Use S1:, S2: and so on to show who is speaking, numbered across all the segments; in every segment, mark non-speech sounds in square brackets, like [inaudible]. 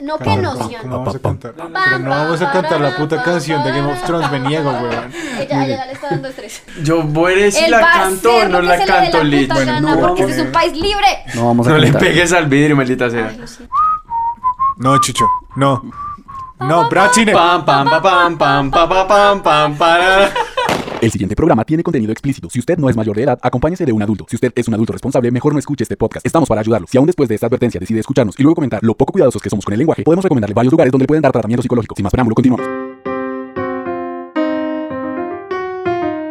S1: No, que
S2: Claro, ¿cómo-
S1: noción.
S2: ¿Cómo vamos a cantar?
S1: Pam,
S2: Pero no vamos a
S1: pam,
S2: cantar la
S1: pam,
S2: puta
S1: pam,
S2: canción de Game of
S1: pam,
S2: Thrones,
S1: pam,
S2: me niego,
S1: pam. [laughs]
S2: weón.
S1: Ella,
S2: Mire.
S1: ella le está dando estrés.
S3: Yo muere si
S1: Él
S3: la
S1: va a
S3: canto o
S1: hacer
S3: no
S1: lo que
S3: la
S1: se le dé
S3: canto,
S1: puta
S3: Liz.
S2: Bueno,
S1: gana,
S2: no,
S1: porque
S2: porque-
S1: este es un país libre.
S4: No vamos a
S3: No le
S4: cantar.
S3: pegues al vidrio, maldita sea.
S1: Ay, lo siento.
S2: No, Chucho, no. No, Bratzine.
S3: Pam, pam, pa, pam, pam, pa, pa, pam, pam, para.
S4: El siguiente programa tiene contenido explícito. Si usted no es mayor de edad, acompáñese de un adulto. Si usted es un adulto responsable, mejor no escuche este podcast. Estamos para ayudarlo. Si aún después de esta advertencia decide escucharnos y luego comentar lo poco cuidadosos que somos con el lenguaje, podemos recomendarle varios lugares donde le pueden dar tratamiento psicológico. Sin más preámbulo, continuamos.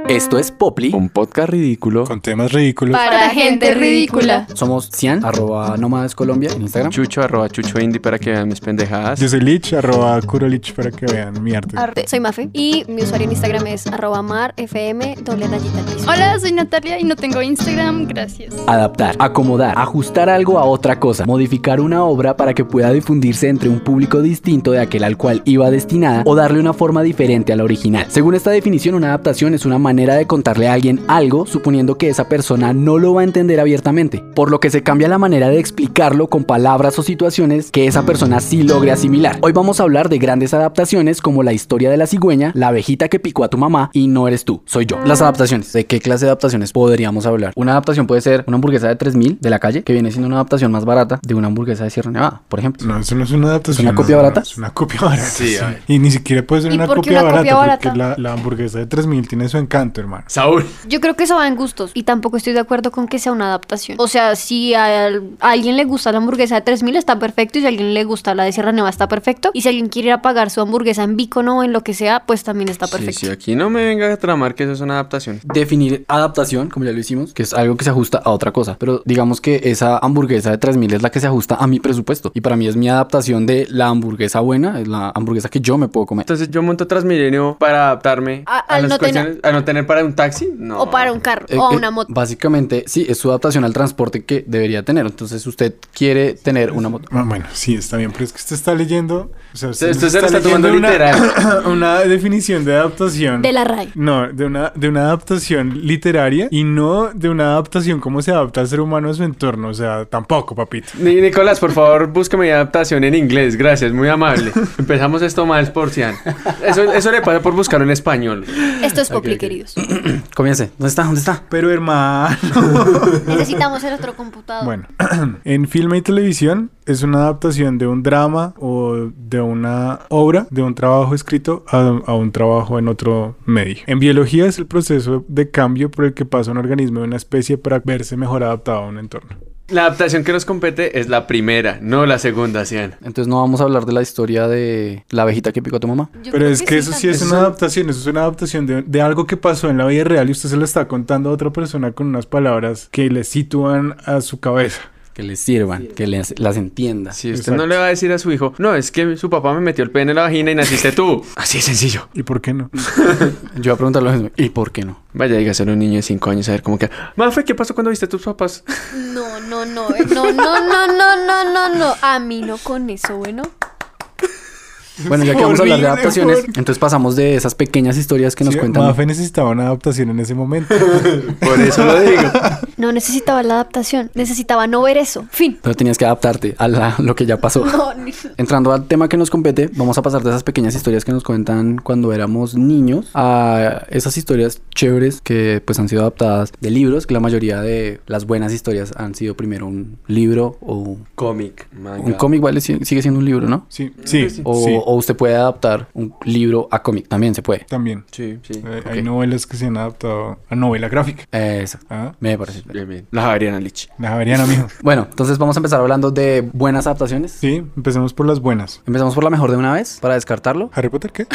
S5: Esto es Popli.
S3: Un podcast ridículo.
S2: Con temas ridículos.
S6: Para gente ridícula.
S5: Somos Cian, arroba nómadas Colombia en Instagram.
S3: Chucho, arroba Chucho Indie para que vean mis pendejadas.
S2: Yo soy Lich, arroba Kurolich para que vean mi arte.
S1: Arte. Soy Mafe y mi usuario en Instagram es arroba marfm doble rayita Liz.
S6: Hola, soy Natalia y no tengo Instagram, gracias.
S5: Adaptar, acomodar, ajustar algo a otra cosa, modificar una obra para que pueda difundirse entre un público distinto de aquel al cual iba destinada o darle una forma diferente a la original. Según esta definición, una adaptación es una manera de contarle a alguien algo suponiendo que esa persona no lo va a entender abiertamente, por lo que se cambia la manera de explicarlo con palabras o situaciones que esa persona sí logre asimilar. Hoy vamos a hablar de grandes adaptaciones como la historia de la cigüeña, la abejita que picó a tu mamá y no eres tú, soy yo. Las adaptaciones. ¿De qué clase de adaptaciones podríamos hablar? Una adaptación puede ser una hamburguesa de 3000 de la calle, que viene siendo una adaptación más barata de una hamburguesa de Sierra Nevada, por ejemplo.
S2: No, eso no es una adaptación.
S5: ¿Es una copia
S2: no,
S5: barata?
S2: Es una copia barata.
S3: Sí,
S2: sí.
S3: a ver.
S2: Y ni siquiera puede ser
S1: ¿Y
S2: una
S1: por qué una
S2: copia barata,
S1: copia
S2: porque la, la hamburguesa de 3000 tiene su encanto, hermano.
S3: Saúl.
S1: Yo creo que eso va en gustos y tampoco estoy de acuerdo con que sea una adaptación. O sea, si a, al- a alguien le gusta la hamburguesa de 3000 está perfecto y si a alguien le gusta la de Sierra Nevada está perfecto y si alguien quiere ir a pagar su hamburguesa en Bicono o en lo que sea, pues también está
S3: Sí,
S1: perfecto.
S3: sí, aquí no me venga a tramar que eso es una adaptación.
S5: Definir adaptación, como ya lo hicimos, que es algo que se ajusta a otra cosa. Pero digamos que esa hamburguesa de 3000 es la que se ajusta a mi presupuesto. Y para mí es mi adaptación de la hamburguesa buena, es la hamburguesa que yo me puedo comer.
S3: Entonces yo monto Transmilenio para adaptarme
S1: A-
S3: a,
S1: al
S3: las
S1: no tener-
S3: cuestiones- a no tener para un taxi. No.
S1: O para un carro
S5: Eh,
S1: o a
S5: eh,
S1: una moto.
S5: Básicamente, sí, es su adaptación al transporte que debería tener. Entonces, usted quiere tener una moto.
S2: Ah, bueno, sí, está bien, pero es que usted está leyendo. O sea, usted
S3: Esto
S2: nos
S3: se lo está tomando
S2: leyendo
S3: literal.
S2: Una, [coughs] una definición de adaptación.
S1: De la RAE.
S2: No, de una, de una adaptación literaria y no de una adaptación como se adapta al ser humano a su entorno. O sea, tampoco, papito.
S3: Ni- Nicolás, por favor, búscame adaptación en inglés. Gracias, muy amable. Empezamos esto mal por Cian. Eso, eso le pasa por buscar en español.
S1: Esto es Popli, queridos.
S5: Comience. ¿Dónde está? ¿Dónde está?
S2: Pero hermano.
S1: Necesitamos el otro computador.
S2: [laughs] Bueno, [clears throat] en filme y televisión es una adaptación de un drama o de una obra, de un trabajo escrito a, a un trabajo en otro medio. En biología es el proceso de cambio por el que pasa un organismo de una especie para verse mejor adaptado a un entorno.
S3: La adaptación que nos compete es la primera, no la segunda, Cian.
S5: Entonces, no vamos a hablar de la historia de la abejita que picó a tu mamá.
S1: Yo
S2: Pero
S1: creo
S2: es que, eso sí es
S1: también.
S2: una adaptación, eso es una adaptación de, de algo que pasó en la vida real y usted se lo está contando a otra persona con unas palabras que le sitúan a su cabeza.
S5: Que les sirvan, que les, las entienda.
S3: Si usted
S2: Exacto.
S3: no le va a decir a su hijo, no, es que su papá me metió el pene en la vagina y naciste tú. [laughs] Así de sencillo.
S2: ¿Y por qué no?
S5: Yo voy a preguntar lo mismo. ¿Y por qué no?
S3: Vaya, dígaselo a un niño de 5 años a ver cómo queda. Mafe, ¿qué pasó cuando viste a tus [laughs] papás?
S1: No, no, no, eh, no, no, no, no, no, no, no. A mí no con eso, bueno.
S5: Bueno,
S2: [laughs]
S5: ya que vamos a hablar de
S2: Horrible,
S5: adaptaciones,
S2: horrible.
S5: entonces pasamos de esas pequeñas historias que nos
S2: Sí,
S5: cuentan.
S2: Mafe necesitaba una adaptación en ese
S5: [laughs]
S2: momento.
S3: Por eso lo digo.
S1: No necesitaba la adaptación, necesitaba no ver eso. Fin.
S5: Pero tenías que adaptarte a la- lo que ya pasó.
S1: No, ni-
S5: Entrando al tema que nos compete, vamos a pasar de esas pequeñas historias que nos cuentan cuando éramos niños a esas historias chéveres que pues han sido adaptadas de libros, que la mayoría de las buenas historias han sido primero un libro o un-
S3: Cómic. manga.
S5: un cómic, ¿vale? Si- Sigue siendo un libro, ¿no?
S2: Sí, sí,
S5: O,
S2: sí,
S5: o usted puede adaptar un libro a cómic, también se puede.
S2: también.
S3: Sí, sí.
S2: Eh,
S5: Ok.
S2: Hay novelas que se han adaptado a novela gráfica.
S5: Eh, Eso,
S2: Ah,
S5: me parece.
S3: Bien, bien. La Javeriana Lich.
S2: La Javeriana, mijo.
S5: Bueno, entonces vamos a empezar hablando de buenas adaptaciones.
S2: Sí, empecemos por las buenas.
S5: Empezamos por la mejor de una vez, para descartarlo.
S2: ¿Harry Potter qué?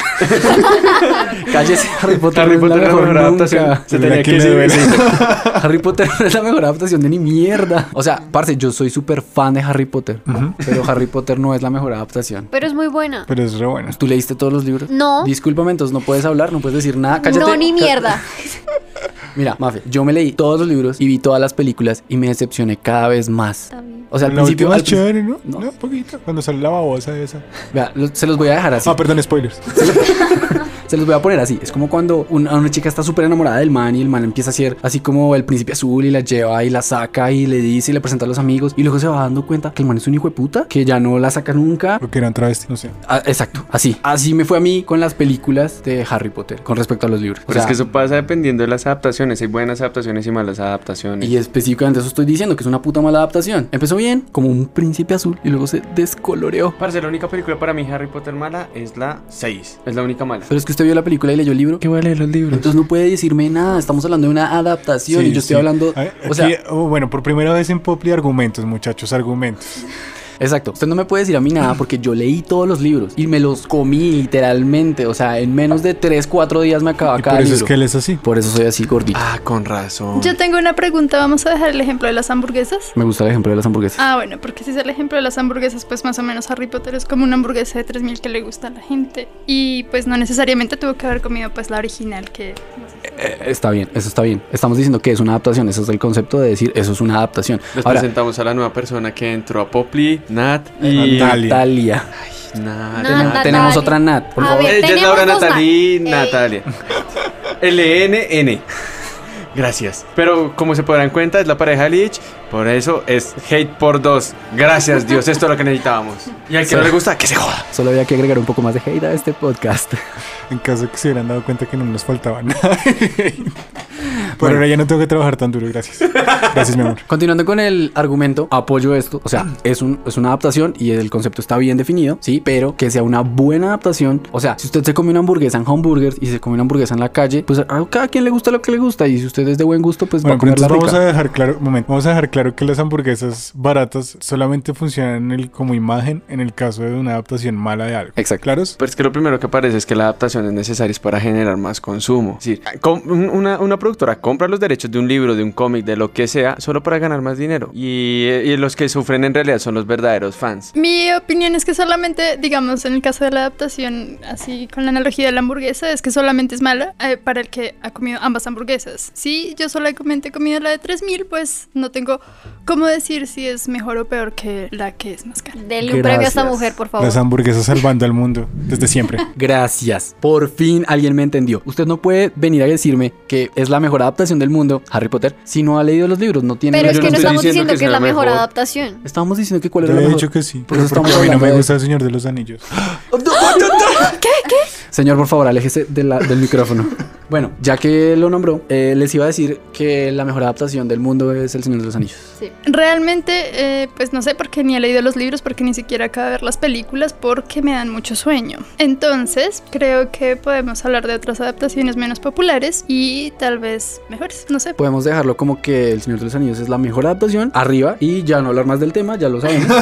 S5: Cállese, Harry Potter
S3: Harry
S5: no
S3: Potter es
S5: es la
S3: la
S5: mejor
S3: mejor adaptación.
S5: nunca.
S3: Se
S2: Mira
S3: tenía
S2: quién
S3: que
S2: le
S3: decir.
S2: duele.
S3: [laughs]
S5: Harry Potter no es la mejor adaptación de ni mierda. O sea, parce, yo soy súper fan de Harry Potter,
S2: Ujú.
S5: pero Harry Potter no es la mejor adaptación.
S1: Pero es muy buena.
S2: Pero es re
S5: [laughs]
S2: buena.
S5: ¿Tú leíste todos los libros?
S1: No.
S5: Discúlpame, entonces no puedes hablar, no puedes decir nada. Cállate.
S1: No, ni
S5: Ca-
S1: mierda.
S5: Mira, Mafe, yo me leí todos los libros y vi todas las películas y me decepcioné cada vez más.
S1: Está bien.
S5: O sea, al
S2: la
S5: principio...
S2: última
S5: al
S2: es chévere, ¿no?
S5: No.
S2: No, poquito. Cuando sale la babosa esa.
S5: Vea, lo- se los voy a dejar así.
S2: Ah, perdón, spoilers.
S5: Se los voy a poner así. Es como cuando una, una chica está súper enamorada del man y el man empieza a ser así como el príncipe azul y la lleva y la saca y le dice y le presenta a los amigos. Y luego se va dando cuenta que el man es un hijo de puta, que ya no la saca nunca.
S2: Porque eran travestis, no sé.
S5: Ah, exacto, así. Así me fue a mí con las películas de Harry Potter con respecto a los libros. O
S3: Pero es
S5: sea,
S3: que eso pasa dependiendo de las adaptaciones. Hay buenas adaptaciones y malas adaptaciones.
S5: Y específicamente eso estoy diciendo, que es una puta mala adaptación. Empezó bien, como un príncipe azul, y luego se descoloreó.
S3: Parce, la única película para mí Harry Potter mala es la 6. Es la única mala.
S5: Pero es que usted vio la película y leyó el libro.
S2: voy a leer los libros?
S5: Entonces no puede decirme nada, estamos hablando de una adaptación
S2: Sí,
S5: y yo estoy
S2: sí.
S5: hablando...
S2: Ay,
S5: O sea,
S2: aquí, oh, bueno, por primera vez en Popli, argumentos, muchachos, argumentos.
S5: exacto. Usted no me puede decir a mí nada porque yo leí todos los libros y me los comí literalmente. O sea, en menos de 3, 4 días me acaba
S2: y por
S5: cada
S2: eso
S5: libro.
S2: es que él es así.
S5: Por eso soy así gordito.
S3: Ah, con razón.
S6: Yo tengo una pregunta. Vamos a dejar el ejemplo de las hamburguesas.
S5: Me gusta el ejemplo de las hamburguesas.
S6: Ah, bueno, porque si es el ejemplo de las hamburguesas, pues más o menos Harry Potter es como una hamburguesa de 3000 que le gusta a la gente. Y pues no necesariamente tuvo que haber comido pues la original que... no sé.
S5: Eh, está bien, eso está bien. Estamos diciendo que es una adaptación. Ese es el concepto de decir eso es una adaptación.
S3: Les
S5: Ahora,
S3: presentamos a la nueva persona que entró a Popli, Nat y...
S2: Natalia.
S5: Natalia.
S1: Nat.
S3: Nat.
S5: Tenemos- Tenemos otra Nat, por
S1: A
S5: favor.
S1: ver,
S3: Ella es
S1: tenemos
S3: Laura
S1: dos Nat. Eh.
S3: Natalí,
S1: Ey.
S3: Natalia. LNN. Gracias. Pero como se podrán cuenta, es la pareja de Lich. Por eso es hate por dos. Gracias, Dios. Esto es lo que necesitábamos. Y al que no le gusta, que se joda.
S5: Solo había que agregar un poco más de hate a este podcast.
S2: En caso que se hubieran dado cuenta que no nos faltaba nada. [laughs] Por ahora ya no tengo que trabajar tan duro, gracias. Gracias, mi amor.
S5: Continuando con el argumento, apoyo esto. O sea, es, un, es una adaptación y el concepto está bien definido, sí, pero que sea una buena adaptación. O sea, si usted se come una hamburguesa en hamburgers y se come una hamburguesa en la calle, pues a cada quien le gusta lo que le gusta. Y si usted [laughs] es de buen gusto, pues
S2: Bueno,
S5: va a
S2: pero
S5: comer la
S2: entonces vamos
S5: rica.
S2: a dejar claro, momento, vamos a dejar claro que las hamburguesas baratas solamente funcionan en el- como imagen en el caso de una adaptación mala de algo.
S5: Exacto.
S2: ¿Claros?
S3: Pero es que lo primero que aparece es que la adaptación es necesaria es para generar más consumo. Es decir, com- un- una, una productora compra los derechos de un libro, de un cómic, de lo que sea, solo para ganar más dinero. Y, eh, y los que sufren en realidad son los verdaderos fans.
S6: Mi opinión es que solamente, digamos, en el caso de la adaptación, así con la analogía de la hamburguesa, es que solamente es mala eh, para el que ha comido ambas hamburguesas. Si yo solamente he comido la de 3000, pues no tengo cómo decir si es mejor o peor que la que es más cara.
S1: Denle un premio a esta
S5: Gracias.
S1: mujer, por favor.
S2: Las hamburguesas salvando al mundo desde
S5: [laughs]
S2: siempre.
S5: Gracias. Por fin alguien me entendió. Usted no puede venir a decirme que es la mejor adaptación del mundo, Harry Potter, si no ha leído los libros, no tiene.
S1: Pero es
S3: Yo no
S1: que no
S3: estoy
S1: estamos diciendo
S3: diciendo que
S1: que es
S3: sea
S1: la mejor
S3: mejor.
S1: adaptación.
S5: Estábamos diciendo que cuál
S2: Yo
S5: era la
S2: le he
S5: mejor.
S2: dicho que sí,
S5: Por eso
S2: porque
S5: estamos
S2: a mí no
S5: hablando
S2: me
S5: de-
S2: gusta el Señor de los Anillos.
S5: Señor, por favor, aléjese de la- del micrófono. Bueno, ya que lo nombró, eh, les iba a decir que la mejor adaptación del mundo es El Señor de los Anillos.
S1: Sí.
S6: Realmente, eh, pues no sé, porque ni he leído los libros, porque ni siquiera acabo de ver las películas, porque me dan mucho sueño. Entonces, creo que podemos hablar de otras adaptaciones menos populares y tal vez mejores, no sé.
S5: Podemos dejarlo como que El Señor de los Anillos es la mejor adaptación, arriba, y ya no hablar más del tema, ya
S2: [laughs]
S5: lo sabemos.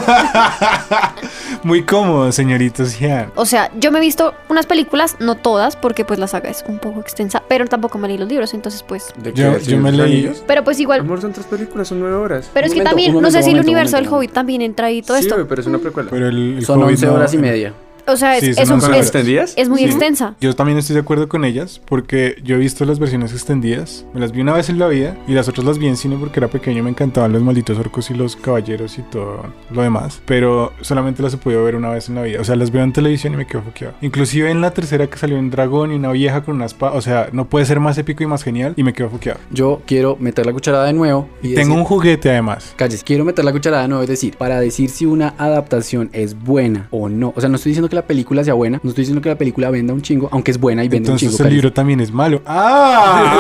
S2: Muy cómodo, señoritos. ya.
S1: O sea, yo me he visto unas películas, no todas, porque pues la saga es un poco extensa, pero tampoco me leí los libros, entonces pues...
S3: ¿De
S2: Yo-
S3: qué?
S2: yo me
S3: ¿Los
S2: leí-
S3: anillos?
S1: Pero pues igual...
S3: Amor, son tres películas, son nueve horas.
S1: Pero
S5: Un
S1: es que
S5: momento,
S1: también,
S5: un
S1: no sé
S5: momento,
S1: si el
S5: momento,
S1: universo del
S5: momento.
S1: Hobbit también entra y todo
S3: sí,
S1: esto.
S3: güey, pero es una precuela.
S2: Pero el, el
S5: Son
S2: Hobbit
S5: 11
S2: no-
S5: horas y media.
S1: O sea, es,
S2: Sí,
S1: es
S2: son
S1: un-
S2: once
S3: ¿Son
S2: horas.
S3: extendidas?
S1: es muy
S2: Sí.
S1: extensa.
S2: Yo también estoy de acuerdo con ellas porque yo he visto las versiones extendidas. Me las vi una vez en la vida y las otras las vi en cine porque era pequeño y me encantaban los malditos orcos y los caballeros y todo lo demás. Pero solamente las he podido ver una vez en la vida. O sea, las veo en televisión y me quedo foqueado. Inclusive en la tercera que salió un dragón y una vieja con una espada. O sea, no puede ser más épico y más genial y me quedo foqueado.
S5: Yo quiero meter la cucharada de nuevo. Y
S2: Tengo un
S5: decir-
S2: juguete además.
S5: Calles, quiero meter la cucharada de nuevo, es decir, para decir si una adaptación es buena o no. O sea, no estoy diciendo que la película sea buena, no estoy diciendo que la película venda un chingo, aunque es buena y vende un
S2: Entonces
S5: chingo.
S2: el
S5: Calles.
S2: libro también es malo.
S5: [laughs]
S2: ¡Ah!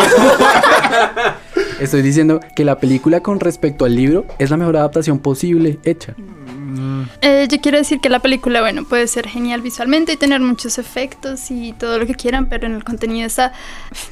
S5: Estoy diciendo que la película con respecto al libro es la mejor adaptación posible hecha.
S6: Eh, yo quiero decir que la película, bueno, puede ser genial visualmente y tener muchos efectos y todo lo que quieran, pero en el contenido está,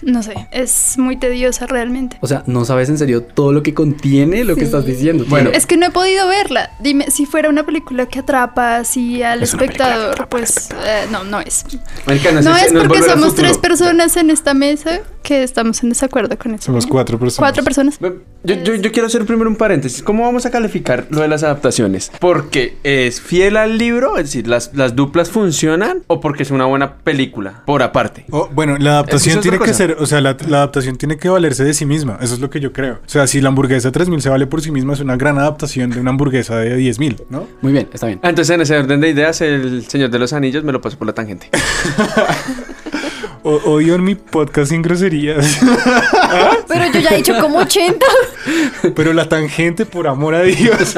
S6: no sé, es muy tediosa realmente.
S5: O sea, no sabes en serio todo lo que contiene lo que estás diciendo. Bueno,
S6: Es que no he podido verla. Dime, si fuera una película que atrapa así al espectador, pues eh, no, no es.
S3: Marica,
S6: No
S3: si-
S6: es
S3: no
S6: porque
S3: Volver al
S6: somos
S3: Futuro.
S6: tres personas en esta mesa que estamos en desacuerdo con eso.
S2: Somos
S6: ¿eh?
S2: cuatro personas.
S6: Cuatro personas.
S3: Yo, yo- yo quiero hacer primero un paréntesis. ¿Cómo vamos a calificar lo de las adaptaciones? ¿Porque es fiel al libro? Es decir, ¿las, las duplas funcionan? ¿O porque es una buena película? Por aparte.
S2: Oh, bueno, la adaptación
S3: Eso es
S2: tiene
S3: otra
S2: que
S3: cosa.
S2: ser, o sea, la, la adaptación tiene que valerse de sí misma. Eso es lo que yo creo. O sea, si la hamburguesa 3000 se vale por sí misma, es una gran adaptación de una hamburguesa de 10000, ¿no?
S5: muy bien, está bien.
S3: Ah, Entonces, en ese orden de ideas, el Señor de los Anillos me lo pasó por la tangente.
S2: O- odio en mi podcast sin groserías. [laughs]
S1: Pero yo ya he dicho como
S3: [laughs]
S1: 80.
S2: Pero la tangente, por amor a Dios.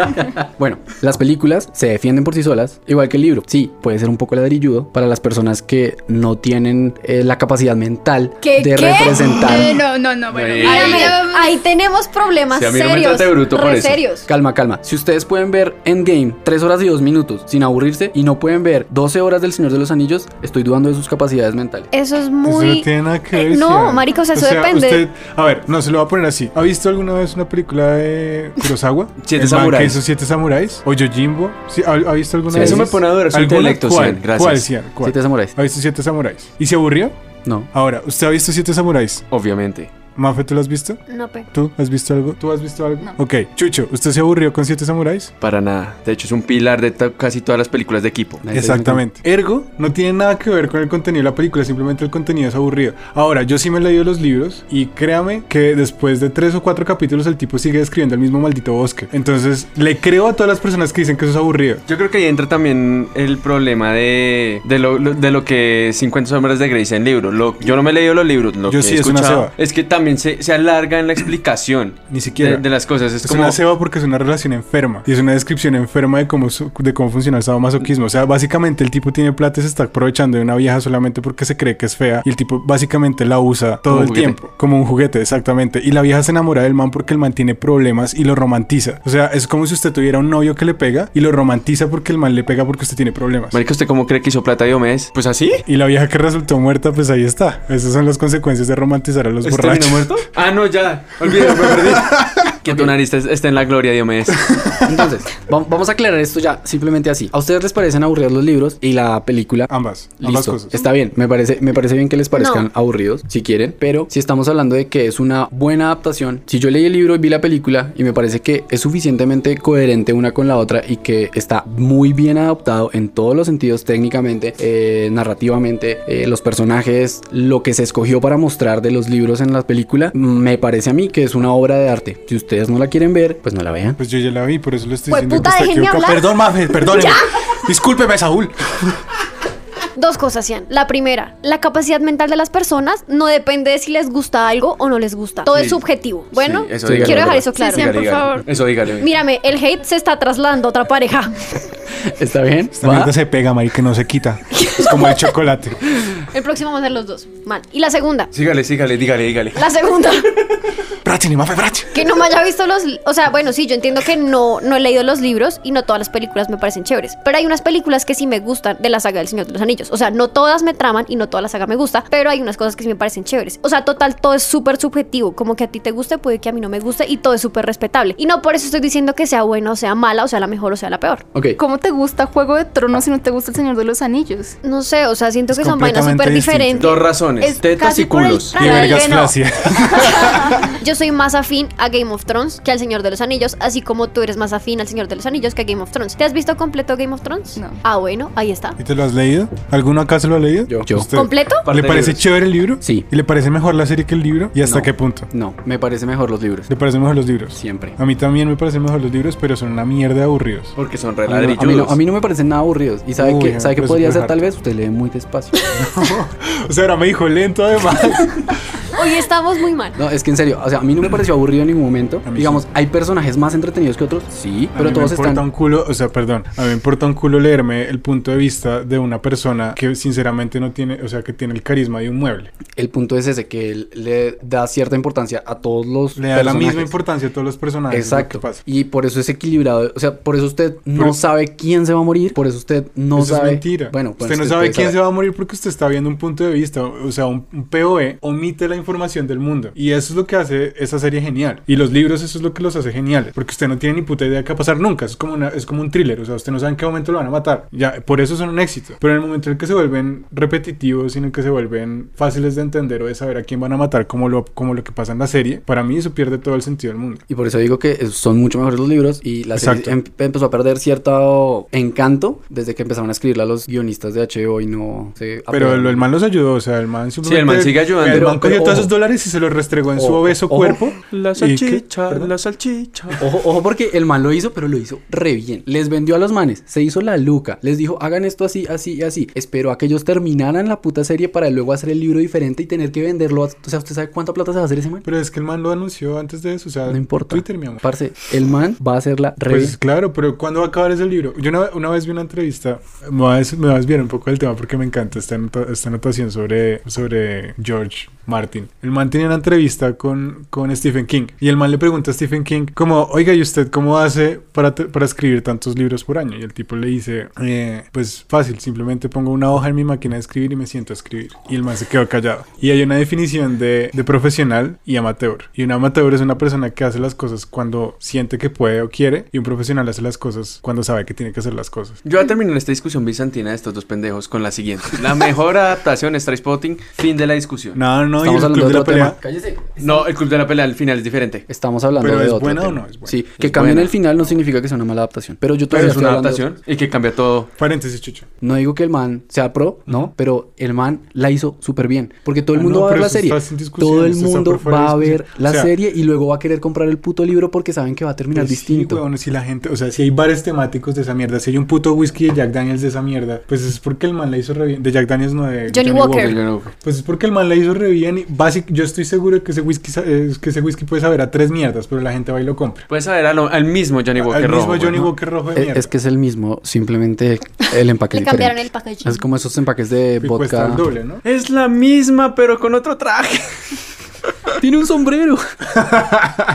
S5: Bueno, las películas se defienden por sí solas, igual que el libro. Sí, puede ser un poco ladrilludo para las personas que no tienen eh, la capacidad mental
S1: ¿Qué,
S5: de
S1: qué?
S2: Ah.
S5: representar.
S6: Eh, no, no, no, bueno.
S3: Bueno.
S6: ahí
S1: Mírame,
S6: ya vamos.
S1: ahí tenemos problemas
S3: Si a mí no me
S1: serios.
S3: trate de bruto por
S1: re
S3: eso.
S1: serios.
S5: Calma, calma. Si ustedes pueden ver Endgame 3 horas y 2 minutos sin aburrirse y no pueden ver 12 horas del Señor de los Anillos, estoy dudando de sus capacidades mentales.
S1: Eso es
S2: Eso
S1: muy.
S2: no tiene nada que
S1: Eh,
S2: ver.
S1: no,
S2: Ciudad.
S1: marica, o sea, eso depende.
S2: usted- a ver, no, se lo voy a poner así. ¿Ha visto alguna vez una película de Kurosawa?
S3: [laughs] Siete
S2: El man
S3: samuráis.
S2: que hizo siete samuráis. O Yojimbo. ¿Sí? ¿Ha, ha visto alguna
S5: Sí,
S2: vez?
S5: eso me
S3: pone a dudar su
S2: ¿Alguna?
S3: intelecto,
S2: ¿Cuál?
S3: Cian, gracias.
S2: ¿Cuál, Cian? ¿Cuál?
S5: ¿Sí te samuráis?
S2: ¿Ha visto siete samuráis? ¿Y se aburrió?
S5: No.
S2: Ahora, ¿usted ha visto siete samuráis?
S3: [laughs] Obviamente.
S2: Mafe, ¿tú lo has visto?
S1: No, pe.
S2: ¿Tú has visto algo? ¿Tú has visto algo? Ok, Chucho, ¿usted se aburrió con siete samuráis?
S3: Para nada. De hecho, es un pilar de to- casi todas las películas de equipo.
S5: Nadie te dice
S2: Exactamente. Ergo, no tiene nada que ver con el contenido de la película, simplemente el contenido es aburrido. Ahora, yo sí me he leído los libros y créame que después de tres o cuatro capítulos el tipo sigue escribiendo el mismo maldito bosque. Entonces, le creo a todas las personas que dicen que eso es aburrido.
S3: Yo creo que ahí entra también el problema de, de, lo, lo- de lo que es 50 sombras de Grey dice en libro. Lo- yo no me he leído los libros. Lo
S2: Yo
S3: que
S2: sí,
S3: he
S2: es una
S3: escuchado
S2: ceba.
S3: es que también se, se alarga en la explicación
S2: Ni siquiera.
S3: de, de las cosas. Es,
S2: Es
S3: como...
S2: una ceba porque es una relación enferma y es una descripción enferma de cómo, su- de cómo funciona el sadomasoquismo. O sea, básicamente el tipo tiene plata y se está aprovechando de una vieja solamente porque se cree que es fea y el tipo básicamente la usa todo
S3: un
S2: el
S3: juguete.
S2: tiempo como un juguete, exactamente. Y la vieja se enamora del man porque el man tiene problemas y lo romantiza. O sea, es como si usted tuviera un novio que le pega y lo romantiza porque el man le pega porque usted tiene problemas.
S3: Marica, ¿usted cómo cree que hizo plata Diomedes? Pues así.
S2: Y la vieja que resultó muerta, pues ahí está. Esas son las consecuencias de romantizar a los
S3: ¿Este terminó
S2: borrachos.
S3: muerto? Ah, no, ya. Olvídalo,
S2: [laughs]
S3: me perdí. que tu nariz esté esté en la gloria, Diomedes.
S5: Entonces, vam- vamos a aclarar esto ya simplemente así. ¿A ustedes les parecen aburridos los libros y la película?
S2: Ambas, ambas
S5: Listo,
S2: cosas.
S5: está bien, me parece, me parece bien que les parezcan
S1: No.
S5: aburridos, si quieren, pero si estamos hablando de que es una buena adaptación, si yo leí el libro y vi la película y me parece que es suficientemente coherente una con la otra y que está muy bien adaptado en todos los sentidos, técnicamente, eh, narrativamente, eh, los personajes, lo que se escogió para mostrar de los libros en la película, me parece a mí que es una obra de arte. Si ustedes no la quieren ver, pues no la vean.
S2: Pues yo ya la vi, por eso le estoy
S1: Pues
S2: diciendo
S1: puta,
S2: que está
S1: déjenme
S2: equivocado.
S1: hablar.
S2: Perdón, Mafe, perdón. Discúlpeme, Saúl.
S1: Dos cosas, Ian. La primera, la capacidad mental de las personas no depende de si les gusta algo o no les gusta. Todo
S3: Sí.
S1: es subjetivo. Bueno,
S3: eso
S5: dígalo,
S1: quiero dejar
S5: dígalo.
S1: eso claro.
S6: Sí, Sean, por favor.
S3: Eso dígale.
S1: Mírame, el hate se está trasladando a otra pareja.
S5: ¿Está bien?
S2: Esta
S5: ¿Va?
S2: mierda se pega, marica, no se quita. Es como el chocolate.
S1: El próximo van a ser los dos. Mal. Y la segunda.
S3: Sígale, sígale, dígale, dígale.
S1: La segunda,
S2: Brachin y mafe, brachin.
S1: que no me haya visto los... O sea, bueno, sí, yo entiendo que no, no he leído los libros y no todas las películas me parecen chéveres. Pero hay unas películas que sí me gustan de la saga del Señor de los Anillos. O sea, no todas me traman y no toda la saga me gusta, pero hay unas cosas que sí me parecen chéveres. O sea, total, todo es súper subjetivo. Como que a ti te guste, puede que a mí no me guste y todo es súper respetable. Y no por eso estoy diciendo que sea buena o sea mala, o sea la mejor o sea la peor.
S5: Ok.
S7: ¿Cómo te gusta Juego de Tronos si no te gusta El Señor de los Anillos?
S1: No sé, o sea, siento
S2: Es
S1: que son vainas
S2: completamente
S1: súper
S2: distinto.
S1: diferentes.
S3: Dos razones,
S7: Es
S3: tetas
S7: casi
S3: y
S7: por el
S3: culos.
S2: Y
S7: Ay,
S2: vergas
S7: que no.
S2: flacia.
S1: Yo soy más afín a Game of Thrones que al Señor de los Anillos, así como tú eres más afín al Señor de los Anillos que a Game of Thrones. ¿Te has visto completo Game of Thrones?
S7: No.
S1: Ah, bueno, ahí está.
S2: ¿Y te lo has leído? ¿Alguno acá se lo ha leído?
S5: Yo. Yo.
S2: ¿Usted?
S1: ¿Completo?
S3: Parte
S2: ¿Le
S3: de
S2: parece
S3: libros.
S2: chévere el libro?
S5: Sí.
S2: ¿Y le parece mejor la serie que el libro? ¿Y hasta
S5: No.
S2: qué punto?
S5: No, me parece mejor los libros.
S2: ¿Le parecen mejor los libros?
S5: Siempre.
S2: A mí también me parecen mejor los libros, pero son una mierda de aburridos.
S3: Porque son
S5: A mí, no, a mí no-
S3: reladrillos.
S5: a mí no me parecen nada aburridos. ¿Y sabe
S2: Uy,
S5: qué?
S2: me
S5: ¿Sabe qué
S2: parece
S5: podría
S2: súper
S5: ser? Tal vez usted lee muy despacio.
S2: o sea, ahora me dijo lento además.
S1: Hoy estamos muy mal.
S5: No, es que en serio, o sea, a mí no me pareció aburrido en ningún momento.
S2: mí
S5: Digamos, hay personajes más entretenidos que otros, sí,
S2: A
S5: pero
S2: mí
S5: todos
S2: me importa
S5: están...
S2: un culo, o sea, perdón, a mí me importa un culo leerme el punto de vista de una persona que sinceramente no tiene, o sea, que tiene el carisma de un mueble.
S5: El punto es ese, que él le da cierta importancia a todos los
S2: Le da la
S5: personajes.
S2: misma importancia a todos los personajes. es lo que
S5: Exacto.
S2: pasa.
S5: Y por eso es equilibrado. O sea, por eso usted no
S2: Pero-
S5: sabe quién se va a morir. Por eso usted no
S2: Eso
S5: sabe.
S2: es mentira.
S5: Bueno, pues, eh,
S2: usted no sabe quién se va a morir porque usted está viendo un punto de vista. O sea, un, un POE omite la información del mundo. Y eso es lo que hace esa serie genial. Y los libros, eso es lo que los hace geniales. Porque usted no tiene ni puta idea de qué va a pasar nunca. Es como, una- es como un thriller. O sea, usted no sabe en qué momento lo van a matar. Ya, por eso son un éxito. Pero en el momento en el que se vuelven repetitivos, sino que se vuelven fáciles de entender o de saber a quién van a matar, como lo, como lo que pasa en la serie, para mí eso pierde todo el sentido del mundo.
S5: Y por eso digo que es- son mucho mejores los libros y la serie
S2: Exacto.
S5: em- empezó a perder cierto encanto desde que empezaron a escribirla los guionistas de HBO y no se
S2: Pero
S5: apegaron.
S2: el, el man los ayudó, o sea, el man
S3: Sí, el man sigue ayudando.
S2: El man
S5: Pero-
S2: cogió
S5: pero
S2: todas esos dólares y se los restregó en su
S5: Ojo,
S2: obeso
S5: ojo.
S2: cuerpo.
S3: La
S2: ¿Y qué?
S3: salchicha,
S2: Perdón.
S3: la salchicha.
S5: Ojo, ojo, porque el man lo hizo, pero lo hizo re bien. Les vendió a los manes, se hizo la luca, les dijo, hagan esto así, así y así. Esperó a que ellos terminaran la puta serie para luego hacer el libro diferente y tener que venderlo. a- O sea, ¿usted sabe cuánta plata se va a hacer ese man?
S2: Pero es que el man lo anunció antes de eso. O sea,
S5: No importa.
S2: Twitter, mi amor.
S5: Parce, el man va a hacerla re
S2: Pues
S5: bien.
S2: claro, pero ¿cuándo va a acabar ese libro? Yo una, una vez vi una entrevista, me va, a des- me va a desviar un poco del tema porque me encanta esta, anota- esta anotación sobre, sobre George Martin. El man tenía una entrevista con, con Stephen King y el man le pregunta a Stephen King como, oiga, ¿y usted cómo hace para, te- para escribir tantos libros por año? Y el tipo le dice, "Eh, pues fácil, simplemente pongo una hoja en mi máquina de escribir y me siento a escribir. Y el man se quedó callado. Y hay una definición de, de profesional y amateur. Y un amateur es una persona que hace las cosas cuando siente que puede o quiere y un profesional hace las cosas cuando sabe que tiene que hacer las cosas.
S3: Yo voy a terminar esta discusión bizantina de estos dos pendejos con la siguiente. La [laughs] mejor adaptación es Trainspotting, fin de la discusión. No.
S2: No, no, y
S5: Estamos
S2: el
S5: hablando
S2: club
S5: de
S2: de la
S5: otro
S2: pelea.
S5: tema. Cállese.
S3: el club de la pelea al final es diferente.
S5: Estamos hablando
S2: Pero
S5: de
S2: ¿es
S5: otro
S2: buena o
S5: tema.
S2: no es buena?
S5: Sí, que
S3: Es
S5: cambien
S3: buena.
S5: el final no significa que sea una mala adaptación. Pero yo
S3: Pero
S5: todavía
S3: es
S5: estoy
S3: una
S5: hablando de otro-
S3: adaptación y que cambia todo.
S2: Paréntesis, Chucho.
S5: No digo que el man sea pro, ¿no, pero el man la hizo súper bien. Porque todo el
S2: Ah,
S5: mundo
S2: no,
S5: va a ver
S2: pero
S5: la
S2: eso
S5: serie.
S2: está sin discusión,
S5: Todo el
S2: eso está
S5: mundo
S2: por fuera de
S5: va a ver
S2: discusión.
S5: la
S2: O sea,
S5: serie y luego va a querer comprar el puto libro porque saben que va a terminar
S2: Pues sí,
S5: distinto.
S2: weón, si la gente, o sea, si hay bares temáticos de esa mierda, si hay un puto whisky de Jack Daniels de esa mierda, pues es porque el man la hizo re bien. De Jack Daniels no de
S1: Johnny Walker.
S3: Yo no-
S2: Pues es porque el man la hizo re bien y basic, yo estoy seguro que ese whisky sa- eh, que ese whisky puede saber a tres mierdas, pero la gente va y lo compra.
S3: Puedes saber al, al mismo Johnny Walker
S2: Al mismo
S3: rojo, pues,
S2: Johnny
S3: güey.
S2: Walker rojo de
S5: Eh,
S2: mierda.
S5: es que es el mismo, simplemente el
S1: [laughs]
S5: empaque
S1: Le
S5: es
S1: cambiaron
S5: diferente.
S1: el packaging.
S5: Es como esos empaques de
S2: Y cuesta el
S5: eh, vodka.
S2: doble, ¿no?
S3: Es la misma, pero con otro traje.
S5: Tiene un sombrero.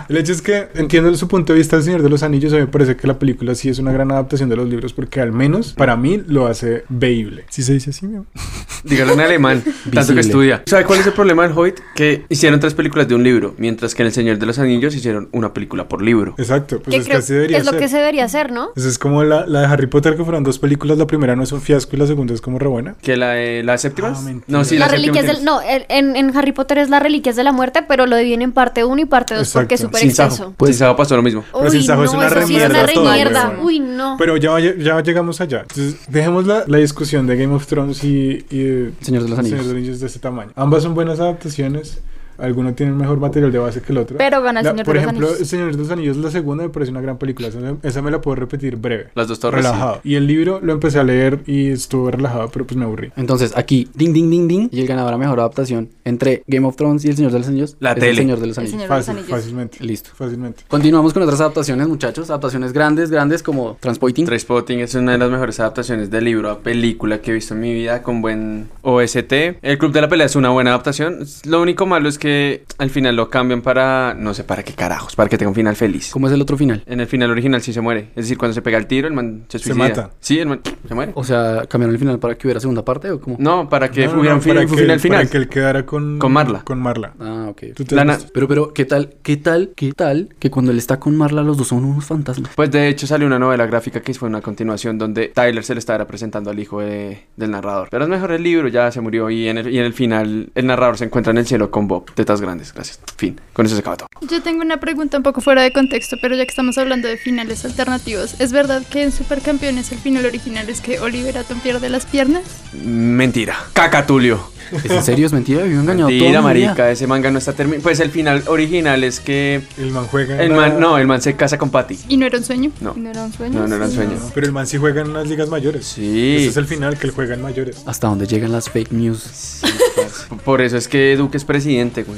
S2: El hecho es que entiendo su punto de vista del Señor de los Anillos. A mí me parece que la película sí es una gran adaptación de los libros porque al menos para mí lo hace veíble. Si se dice así, mi amor.
S3: [laughs] Dígalo en alemán, tanto que
S5: Visible.
S3: estudia. ¿Sabe cuál es el problema del Hobbit? Que hicieron tres películas de un libro, mientras que en El Señor de los Anillos hicieron una película por libro.
S2: Exacto, pues
S1: Que
S2: es que
S1: creo
S2: así debería
S1: es lo
S2: ser.
S1: que se debería hacer, ¿no?
S2: Pues es como la, la de Harry Potter que fueron dos películas, la primera no es un fiasco y la segunda es como re buena.
S3: ¿Que la, de- la séptima?
S2: Ah, mentira.
S3: no, sí,
S1: las
S3: séptima
S1: reliquias
S3: tiene-
S1: del. No, el- en, en Harry Potter es las reliquias de la muerte, pero lo dividen en parte 1 y parte 2 porque es
S2: Exacto.
S1: súper
S3: Sin
S1: extenso.
S3: Sajo. Pues, Sin Sajo pasó lo mismo.
S2: Pero sin Sajo es una
S1: eso sí
S2: remierda
S1: es
S2: todo,
S1: una remierda.
S2: weón.
S1: Uy, no.
S2: Pero ya, ya llegamos allá. Entonces, dejemos la, la discusión de Game of Thrones y, y de
S5: Señor de los Anillos.
S2: Señor de los Anillos de ese tamaño. Ambas son buenas adaptaciones. Alguno tiene un mejor material de base que el otro.
S7: Pero gana el
S2: La-
S7: Señor de
S2: Por
S7: los
S2: ejemplo,
S7: Anillos.
S2: El Señor de los Anillos, la segunda, me parece una gran película. Esa, esa me la puedo repetir breve.
S3: Las dos torres. sí.
S2: relajado. Y el libro lo empecé a leer y estuve relajado, pero pues me aburrí.
S5: Entonces, aquí, ding, ding, ding, ding. Y el ganador a mejor adaptación entre Game of Thrones y El Señor de los Anillos.
S3: La
S5: es El
S3: tele.
S5: Señor de los
S7: El
S5: Anillos.
S7: Señor de los
S2: Fácil,
S7: Anillos.
S2: fácilmente.
S5: Listo.
S2: Fácilmente.
S5: Continuamos con otras adaptaciones, muchachos. Adaptaciones grandes, grandes como Transpoiting.
S3: Trainspotting es una de las mejores adaptaciones del libro a película que he visto en mi vida con buen OST. El Club de la Pelea es una buena adaptación. Lo único malo es que al final lo cambian para no sé para qué carajos, para que tenga un final feliz.
S5: ¿Cómo es el otro final?
S3: En el final original sí se muere. Es decir, cuando se pega el tiro, el man se
S2: Se
S3: suicida.
S2: mata. Oh.
S3: Sí, el man se muere.
S5: O sea, cambiaron el final para que hubiera segunda parte o cómo?
S3: No, para que
S2: No, no,
S3: hubiera
S2: no,
S3: un fin-
S2: para
S3: un
S2: que-
S3: final
S2: para
S3: final.
S2: que él quedara con...
S3: Con Marla.
S2: Con Marla.
S5: Ah, ok.
S2: ¿Tú te
S3: La
S2: has
S3: na-
S2: visto?
S5: Pero, pero, ¿qué tal, qué tal, qué tal que cuando él está con Marla los dos son unos fantasmas?
S3: Pues de hecho salió una novela gráfica que fue una continuación donde Tyler se le estaba presentando al hijo de- del narrador. Pero es mejor el libro, ya se murió y en, el, y en el final el narrador se encuentra en el cielo con Bob. Tetas grandes, gracias. Fin. Con eso se acaba todo.
S6: Yo tengo una pregunta un poco fuera de contexto, pero ya que estamos hablando de finales alternativos, ¿es verdad que en Supercampeones el final original es que Oliver Atom pierde las piernas?
S3: Mentira. Cacatulio.
S5: ¿Es en serio? ¿Es mentira? Yo he engañado
S3: Mentira,
S5: toda mi vida.
S3: marica. Ese manga no está terminado. Pues el final original es que
S2: El man juega en
S3: el
S2: la-
S3: man, no, el man se casa con Patty.
S6: ¿Y no era un sueño?
S3: No,
S7: ¿No era un sueño?
S3: no, no era un
S7: Sí.
S3: sueño.
S2: Pero el man sí juega en las ligas mayores. Ese
S3: Sí.
S2: es el final, que él juega en mayores.
S5: Hasta donde llegan las fake news.
S3: Sí, parce. Por eso es que Duque es presidente, güey.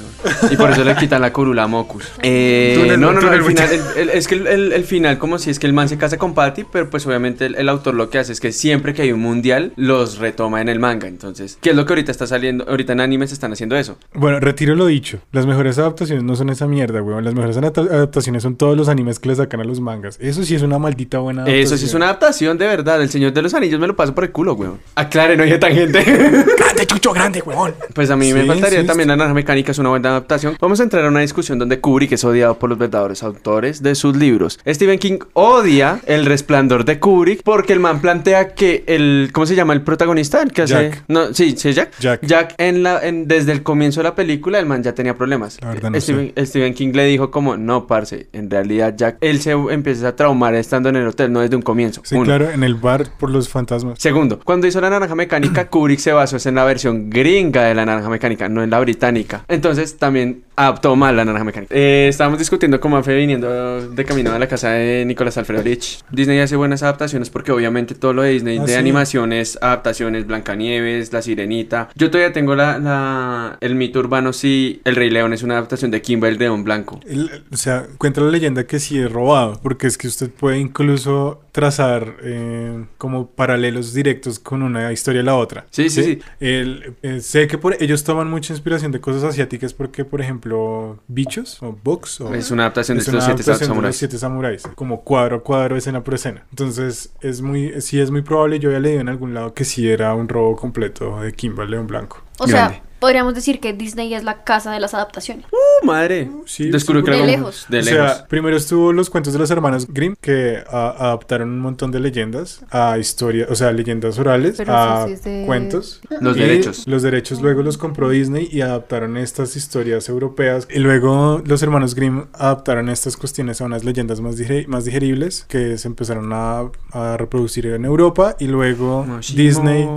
S3: Y por eso le quitan la curula a [laughs] Mocus. Eh,
S2: Túnel,
S3: no, no, no,
S2: túnel,
S3: el final, el- el- es que el, el- el final, como si es que el man se casa con Patty, pero pues obviamente el, el autor lo que hace es que siempre que hay un mundial, los retoma en el manga. Entonces, ¿qué es lo que ahorita está saliendo? Ahorita en anime se están haciendo eso.
S2: Bueno, retiro lo dicho. Las mejores adaptaciones no son esa mierda, weón. Las mejores adapta- adaptaciones son todos los animes que le sacan a los mangas. Eso sí es una maldita buena adaptación.
S3: Eso Ah, pues sí es una adaptación de verdad. El Señor de los Anillos me lo paso por el culo, güey. Aclare, no hay tangente. [laughs]
S2: ¡Grande, chucho, grande, weón!
S3: Pues a mí me
S2: Sí,
S3: faltaría
S2: sí,
S3: también la naranja mecánica, es una buena adaptación. Vamos a entrar a una discusión donde Kubrick es odiado por los verdaderos autores de sus libros. Stephen King odia el resplandor de Kubrick porque el man plantea que el. ¿Cómo se llama el protagonista? El que hace.
S2: Jack.
S3: No, sí, sí, Jack.
S2: Jack.
S3: en la, en- desde el comienzo de la película, el man ya tenía problemas.
S2: La verdad no
S3: Stephen, Stephen King le dijo como, no, parce, en realidad Jack, él se empieza a traumar estando en el hotel, no desde un comienzo.
S2: Sí,
S3: Uno.
S2: claro, en el bar por los fantasmas.
S3: Segundo, [clears throat] cuando hizo la naranja mecánica, Kubrick se basó es en la versión gringa de la naranja mecánica, no en la británica. Entonces también adaptó mal la naranja mecánica. Eh, estábamos discutiendo con Mafe viniendo de camino a la casa de Nicolás Alfredo Rich. Disney hace buenas adaptaciones porque obviamente todo lo de Disney
S2: Ah,
S3: de
S2: sí.
S3: animaciones, adaptaciones, Blancanieves, La Sirenita. Yo todavía tengo la, la- el mito urbano si El Rey León es una adaptación de Kimba el León Blanco.
S2: El- o sea, cuenta la leyenda que sí es robado, porque es que usted puede incluso trazar eh, como paralelos directos con una historia a la otra.
S3: Sí, sí, sí.
S2: El- eh, sé que por, ellos toman mucha inspiración de cosas asiáticas porque, por ejemplo, bichos o books o...
S3: Es una adaptación
S2: es
S3: de
S2: una
S3: los siete
S2: adaptación de los
S3: samuráis.
S2: siete samuráis, como cuadro a cuadro, escena por escena. Entonces, es muy, sí es muy probable, yo había leído en algún lado que sí era un robo completo de Kimba León Blanco.
S1: O sea,
S3: Grande.
S1: podríamos decir que Disney es la casa de las adaptaciones.
S3: ¡Uh, madre!
S2: Sí,
S3: Descubrí
S2: sí,
S3: que
S1: De
S3: era un-
S1: lejos.
S3: De
S2: o
S3: lejos.
S2: sea, primero estuvo los cuentos de las hermanas Grimm que a- adaptaron un montón de leyendas a historias, o sea, leyendas orales,
S7: Pero
S2: a
S7: eso sí es de-
S2: cuentos.
S3: los
S2: Y
S3: derechos.
S2: Los derechos luego los compró Disney y adaptaron estas historias europeas. Y luego los hermanos Grimm adaptaron estas cuestiones a unas leyendas más, digeri- más digeribles que se empezaron a, a reproducir en Europa y luego Disney.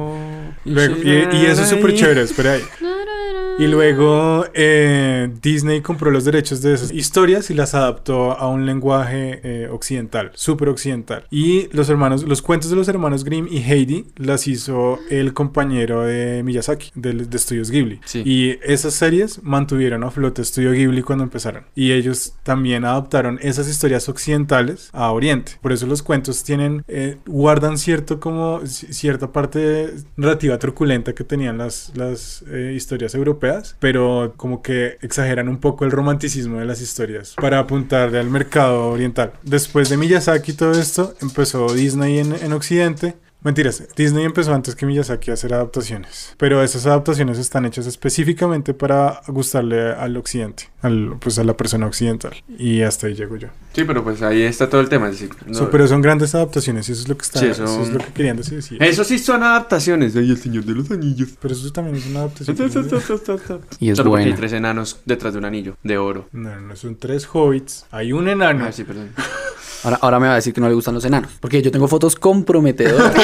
S2: luego- y, y eso es súper chévere, espera ahí. Y luego eh, Disney compró los derechos de esas historias y las adaptó a un lenguaje eh, occidental, súper occidental. Y los hermanos, los cuentos de los hermanos Grimm y Heidi las hizo el compañero de Miyazaki, de, de Estudios Ghibli.
S3: Sí.
S2: Y esas series mantuvieron a flote Estudio Ghibli cuando empezaron. Y ellos también adaptaron esas historias occidentales a Oriente. Por eso los cuentos tienen, eh, guardan cierto como, ci- cierta parte narrativa truculenta que tenían las, las eh, historias europeas, pero como que exageran un poco el romanticismo de las historias para apuntarle al mercado oriental. Después de Miyazaki y todo esto, empezó Disney en- en Occidente Mentiras, Disney empezó antes que Miyazaki a hacer adaptaciones, pero esas adaptaciones están hechas específicamente para gustarle al occidente, al, pues a la persona occidental. Y hasta ahí llego yo.
S3: Sí, pero pues ahí está todo el tema. es decir, no-
S2: So, pero son grandes adaptaciones y eso es lo que está,
S3: Sí, eso-
S2: eso es lo que querían decir. sí.
S3: Eso sí son adaptaciones. Ay, el Señor de los Anillos.
S2: Pero eso también es una
S3: [laughs]
S2: adaptación.
S5: Y es
S3: Solo porque hay
S5: buena.
S3: tres enanos detrás de un anillo de oro.
S2: no, no, son tres hobbits, hay un enano.
S3: Ah, sí, perdón.
S5: Ahora, ahora me va a decir que no le gustan los enanos. Porque yo tengo fotos
S3: [laughs]
S5: comprometedoras.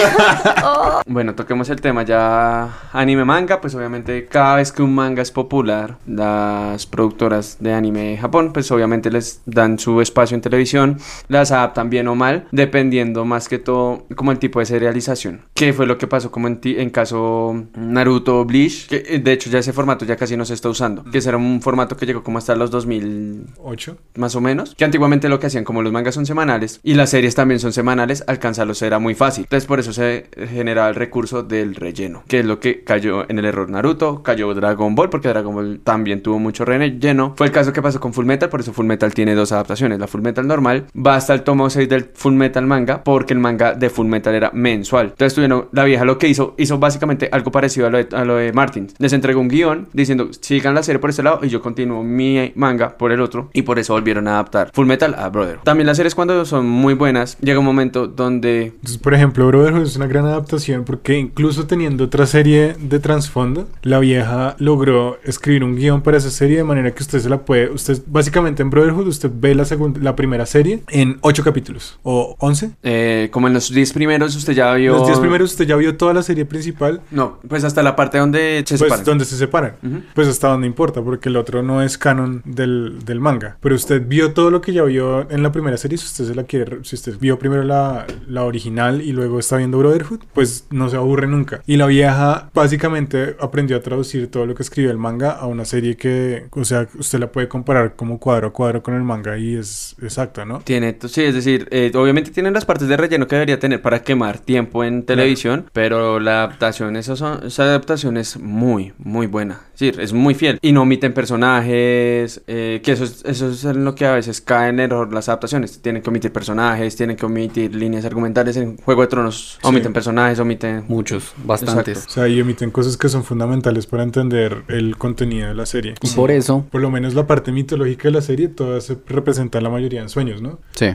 S3: Bueno, toquemos el tema ya anime manga, pues obviamente cada vez que un manga es popular, las productoras de anime de Japón, pues obviamente les dan su espacio en televisión, las adaptan bien o mal, dependiendo más que todo como el tipo de serialización. Que fue lo que pasó como en, ti- en caso Naruto Bleach, que eh, de hecho ya ese formato ya casi no se está usando, que ese era un formato que llegó como hasta los 2000
S2: Ocho.
S3: más o menos, que antiguamente lo que hacían como los mangas son semanales y las series también son semanales, alcanzarlos era muy fácil. Entonces por eso se generaba el recurso del relleno, que es lo que cayó en el error Naruto, cayó Dragon Ball, porque Dragon Ball también tuvo mucho relleno. Fue el caso que pasó con Full Metal, por eso Full Metal tiene dos adaptaciones, la Full Metal normal va hasta el tomo 6 del Full Metal manga, porque el manga de Full Metal era mensual. Entonces tuvieron, la vieja lo que hizo, hizo básicamente algo parecido a lo de, a lo de Martins. Les entregó un guión diciendo, sigan la serie por este lado y yo continúo mi manga por el otro. Y por eso volvieron a adaptar Full Metal a Brother. También las series cuando son muy buenas, llega un momento donde...
S2: Entonces, por ejemplo, Brotherhood es una gran adaptación porque incluso teniendo otra serie de trasfondo, la vieja logró escribir un guión para esa serie de manera que usted se la puede, usted básicamente en Brotherhood usted ve la segunda, la primera serie en ocho capítulos o 11.
S3: eh, como en los 10 primeros usted ya vio...
S2: Los 10 primeros usted ya vio toda la serie principal,
S3: No, pues hasta la parte donde se
S2: pues
S3: separan.
S2: donde se separan.
S3: Ujú.
S2: Pues hasta donde importa, porque el otro no es canon del, del manga. Pero usted vio todo lo que ya vio en la primera serie, si usted se la quiere, si usted vio primero la, la original y luego está viendo Brotherhood, pues no se aburre nunca. Y la vieja básicamente aprendió a traducir todo lo que escribió el manga a una serie que, o sea, usted la puede comparar como cuadro a cuadro con el manga y es exacta, ¿no?
S3: Tiene, to- sí, es decir, eh, obviamente tienen las partes de relleno que debería tener para quemar tiempo en televisión, pero la adaptación, eso son, esa adaptación es muy, muy buena. Es decir, es muy fiel. Y no omiten personajes, eh, que eso es, eso es en lo que a veces cae en error las adaptaciones. Tienen que omitir personajes, tienen que omitir líneas argumentales. En Juego de Tronos omiten personajes, omiten...
S5: Muchos, bastantes.
S2: O sea, y emiten cosas que son fundamentales para entender el contenido de la serie.
S5: Y por eso,
S2: Por lo menos la parte mitológica de la serie, toda se representa la mayoría en sueños, ¿no?
S5: sí.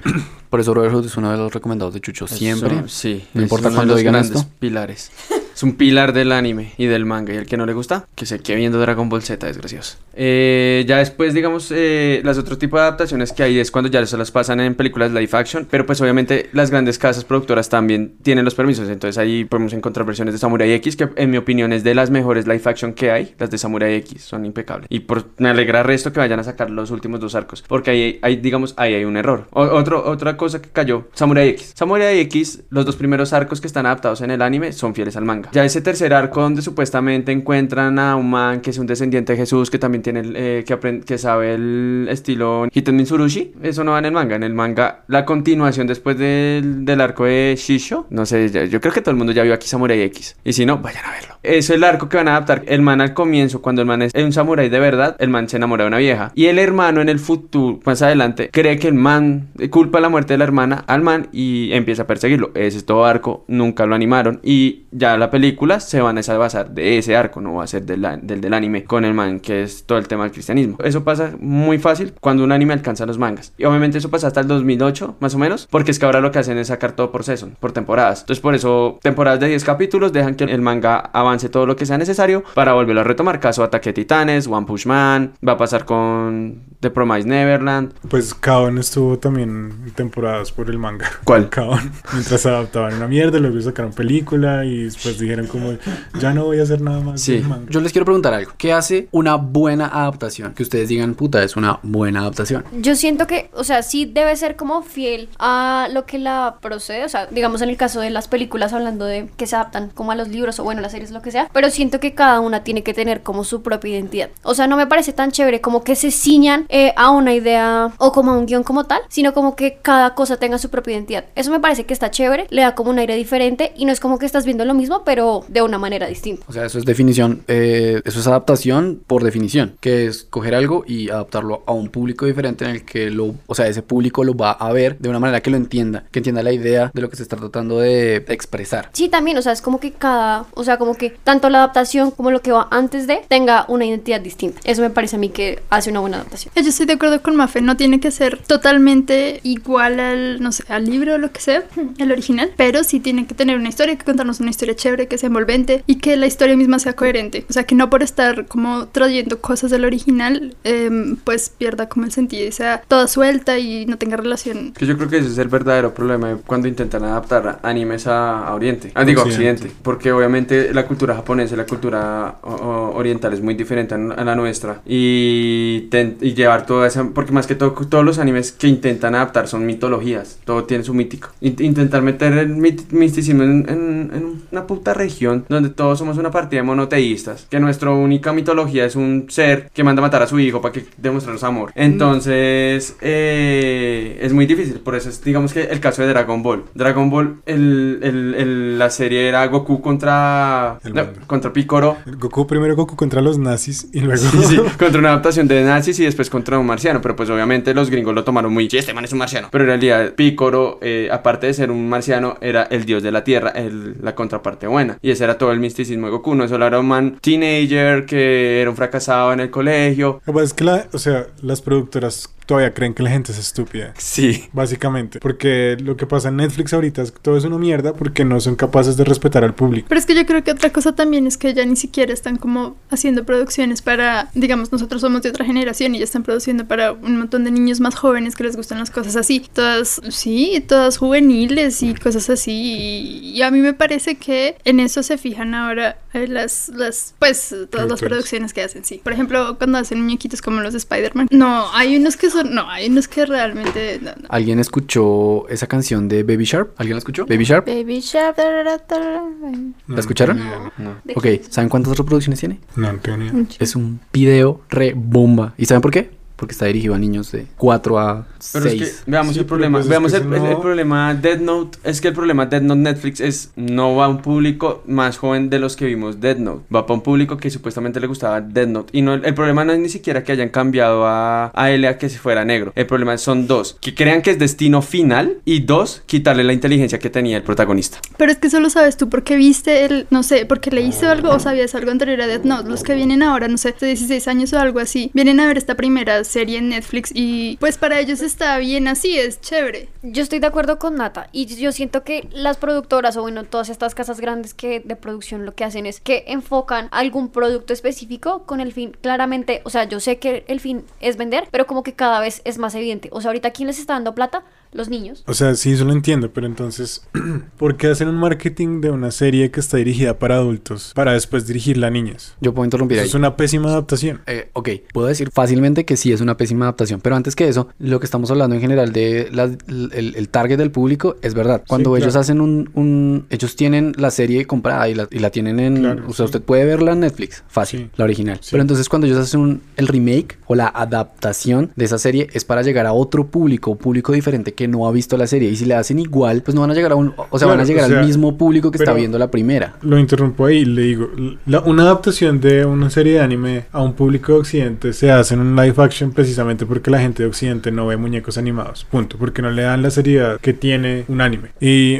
S5: Por eso Brotherhood es uno de los recomendados de Chucho siempre.
S3: Eso, sí.
S5: No
S3: es uno
S5: importa
S3: de
S5: cuándo
S3: los
S5: digan
S3: grandes
S5: esto.
S3: pilares. Es un pilar del anime y del manga. Y el que no le gusta, que se quede viendo Dragon Ball Z, desgracioso. Eh, ya después, digamos, eh, las otro tipo de adaptaciones que hay es cuando ya se las pasan en películas live action. Pero pues obviamente las grandes casas productoras también tienen los permisos. Entonces ahí podemos encontrar versiones de Samurai X, que en mi opinión es de las mejores live action que hay. Las de Samurai X son impecables. Y por, me alegra resto que vayan a sacar los últimos dos arcos. Porque ahí, hay digamos, ahí hay un error. O- otro, otra cosa que cayó, Samurai X. Samurai X, los dos primeros arcos que están adaptados en el anime son fieles al manga. Ya ese tercer arco donde supuestamente encuentran a un man que es un descendiente de Jesús, que también tiene, el, eh, que, aprend- que sabe el estilo Hiten Mitsurushi, eso no va en el manga. En el manga, la continuación después del, del arco de Shisho, no sé, ya- yo creo que todo el mundo ya vio aquí Samurai X. Y si no, vayan a verlo. Es el arco que van a adaptar. El man al comienzo, cuando el man es un samurái de verdad, el man se enamora de una vieja. Y el hermano en el futuro, más adelante, cree que el man eh, culpa la muerte de la hermana al man y empieza a perseguirlo. Ese es todo arco, nunca lo animaron. Y ya la película se van a basar de ese arco, no va a ser del, an- del, del anime con el man, que es todo el tema del cristianismo. Eso pasa muy fácil cuando un anime alcanza los mangas. Y obviamente eso pasa hasta el 2008, más o menos, porque es que ahora lo que hacen es sacar todo por season, por temporadas. Entonces, por eso, temporadas de 10 capítulos dejan que el manga avance todo lo que sea necesario para volverlo a retomar. Caso Ataque de Titanes, One Push Man, va a pasar con The Promise Neverland.
S2: Pues Kaon estuvo también temporadas por el manga.
S3: ¿Cuál?
S2: Kaon. Mientras se adaptaban una mierda, luego sacaron película y después dijeron como, ya no voy a hacer nada más
S3: Sí.
S2: del manga.
S5: Yo les quiero preguntar algo. ¿Qué hace una buena adaptación? Que ustedes digan, puta, es una buena adaptación.
S1: Yo siento que, o sea, sí debe ser como fiel a lo que la procede, o sea, digamos en el caso de las películas hablando de que se adaptan como a los libros o bueno, las series, lo que sea, pero siento que cada una tiene que tener como su propia identidad. O sea, no me parece tan chévere como que se ciñan eh, a una idea o como a un guión como tal, sino como que cada cosa tenga su propia identidad. Eso me parece que está chévere, le da como un aire diferente y no es como que estás viendo lo mismo, pero de una manera distinta.
S5: O sea, eso es definición, eh, eso es adaptación por definición, que es coger algo y adaptarlo a un público diferente en el que lo, o sea, ese público lo va a ver de una manera que lo entienda, que entienda la idea de lo que se está tratando de expresar.
S1: Sí, también, o sea, es como que cada, o sea, como que tanto la adaptación como lo que va antes de tenga una identidad distinta. Eso me parece a mí que hace una buena adaptación.
S6: Yo estoy de acuerdo con Mafe, no tiene que ser totalmente igual al, no sé, al libro o lo que sea, el original, pero sí tiene que tener una historia, que contarnos una historia chévere, que sea envolvente y que la historia misma sea coherente. O sea, que no por estar como trayendo cosas del original, em, pues pierda como el sentido y sea toda suelta y no tenga relación.
S3: Que yo creo que ese es el verdadero problema de cuando intentan adaptar animes a, a Oriente. Ah, digo, a
S2: Occidente.
S3: Occidente. Porque obviamente la cultura japonesa y la cultura o- o- oriental es muy diferente a, n- a la nuestra. Y, ten- y llevar toda esa. Porque más que todo, todos los animes que intentan adaptar son mitologías. Todo tiene su mítico. In- intentar meter el mit- misticismo en, en- en una puta región donde todos somos una partida de monoteístas. Que nuestra única mitología es un ser que manda a matar a su hijo para que demostrarnos amor. Entonces, eh, es muy difícil. Por eso es, digamos que el caso de Dragon Ball. Dragon Ball, el- el- el- la serie era Goku contra,
S2: El
S3: no,
S2: mundo.
S3: contra Picoro.
S2: Goku primero Goku contra los nazis y luego...
S3: Sí,
S2: [laughs]
S3: sí, contra una adaptación de nazis y después contra un marciano. Pero pues obviamente los gringos lo tomaron muy. Sí, este man es un marciano. Pero en realidad, Picoro, eh, aparte de ser un marciano, era el dios de la tierra, el- la contraparte buena. Y ese era todo el misticismo de Goku. No solo era un man teenager que era un fracasado en el colegio.
S2: Lo que pasa es que la- o sea, las productoras todavía creen que la gente es estúpida.
S3: Sí.
S2: Básicamente, porque lo que pasa en Netflix ahorita es que todo es una mierda porque no son capaces de respetar al público.
S6: Pero es que yo creo que otra cosa también es que ya ni siquiera están como haciendo producciones para, digamos, nosotros somos de otra generación y ya están produciendo para un montón de niños más jóvenes que les gustan las cosas así. Todas, sí, todas juveniles y cosas así. Y, y a mí me parece que en eso se fijan ahora eh, las, las pues, todas las
S2: Productores.
S6: producciones que hacen, sí. Por ejemplo, cuando hacen muñequitos como los de Spider-Man. No, hay unos que son, no, hay unos que realmente... no, no.
S5: ¿Alguien escuchó esa canción de Baby Sharp? ¿Alguien la escuchó? Baby Sharp.
S7: Baby Shark. tarara, tarara, baby.
S2: No,
S5: ¿La escucharon?
S2: No, tengo ni idea,
S7: ¿De
S5: Ok,
S7: qué?
S5: ¿saben cuántas reproducciones tiene?
S2: no, no tengo ni idea.
S5: Es un video re bomba. ¿Y saben por qué? Porque está dirigido a niños de 4 a 6.
S3: Pero es que veamos
S2: Sí,
S3: el
S2: pero
S3: problema.
S2: pues es
S3: veamos
S2: que
S3: el,
S2: eso
S3: el-
S2: no-
S3: el problema Dead Note. Es que el problema Dead Note Netflix es no va a un público más joven de los que vimos Dead Note. Va para un público que supuestamente le gustaba Dead Note. Y no el, el problema no es ni siquiera que hayan cambiado a, a L a que se fuera negro. El problema son dos. Que crean que es destino final. Y dos, quitarle la inteligencia que tenía el protagonista.
S6: Pero es que solo sabes tú porque viste el, no sé, porque leíste algo o sabías algo anterior a Death Note. Los que vienen ahora, no sé, de 16 años o algo así, vienen a ver esta primera serie en Netflix y pues para ellos está bien así, es chévere.
S1: Yo estoy de acuerdo con Nata y yo siento que las productoras o bueno, todas estas casas grandes que de producción lo que hacen es que enfocan algún producto específico con el fin claramente, o sea, yo sé que el fin es vender, pero como que cada vez es más evidente. O sea, ahorita quién les está dando plata? Los niños.
S2: O sea, sí, eso lo entiendo, pero entonces, [clears throat] ¿por qué hacen un marketing de una serie que está dirigida para adultos para después dirigirla a niñas?
S5: Yo puedo interrumpir
S2: Eso
S5: ahí.
S2: es una pésima adaptación.
S5: Eh, ok, puedo decir fácilmente que sí es una pésima adaptación, pero antes que eso, lo que estamos hablando en general de la- el, el target del público es verdad. Cuando ellos
S2: claro.
S5: hacen un, un- Ellos tienen la serie comprada y la, y la tienen en...
S2: Claro,
S5: o sea,
S2: sí.
S5: usted puede verla en Netflix, fácil,
S2: Sí.
S5: la original.
S2: Sí.
S5: Pero entonces cuando ellos hacen un- el remake o la adaptación de esa serie es para llegar a otro público, público diferente que no ha visto la serie. Y si la hacen igual, pues no van a llegar a un... O sea, van
S2: Claro,
S5: a
S2: o
S5: llegar
S2: sea,
S5: al mismo público que está
S2: pero-
S5: viendo la primera.
S2: Lo interrumpo ahí y le digo, la- una adaptación de una serie de anime a un público de Occidente se hace en un live action precisamente porque la gente de Occidente no ve muñecos animados, punto, porque no le dan la seriedad que tiene un anime. Y,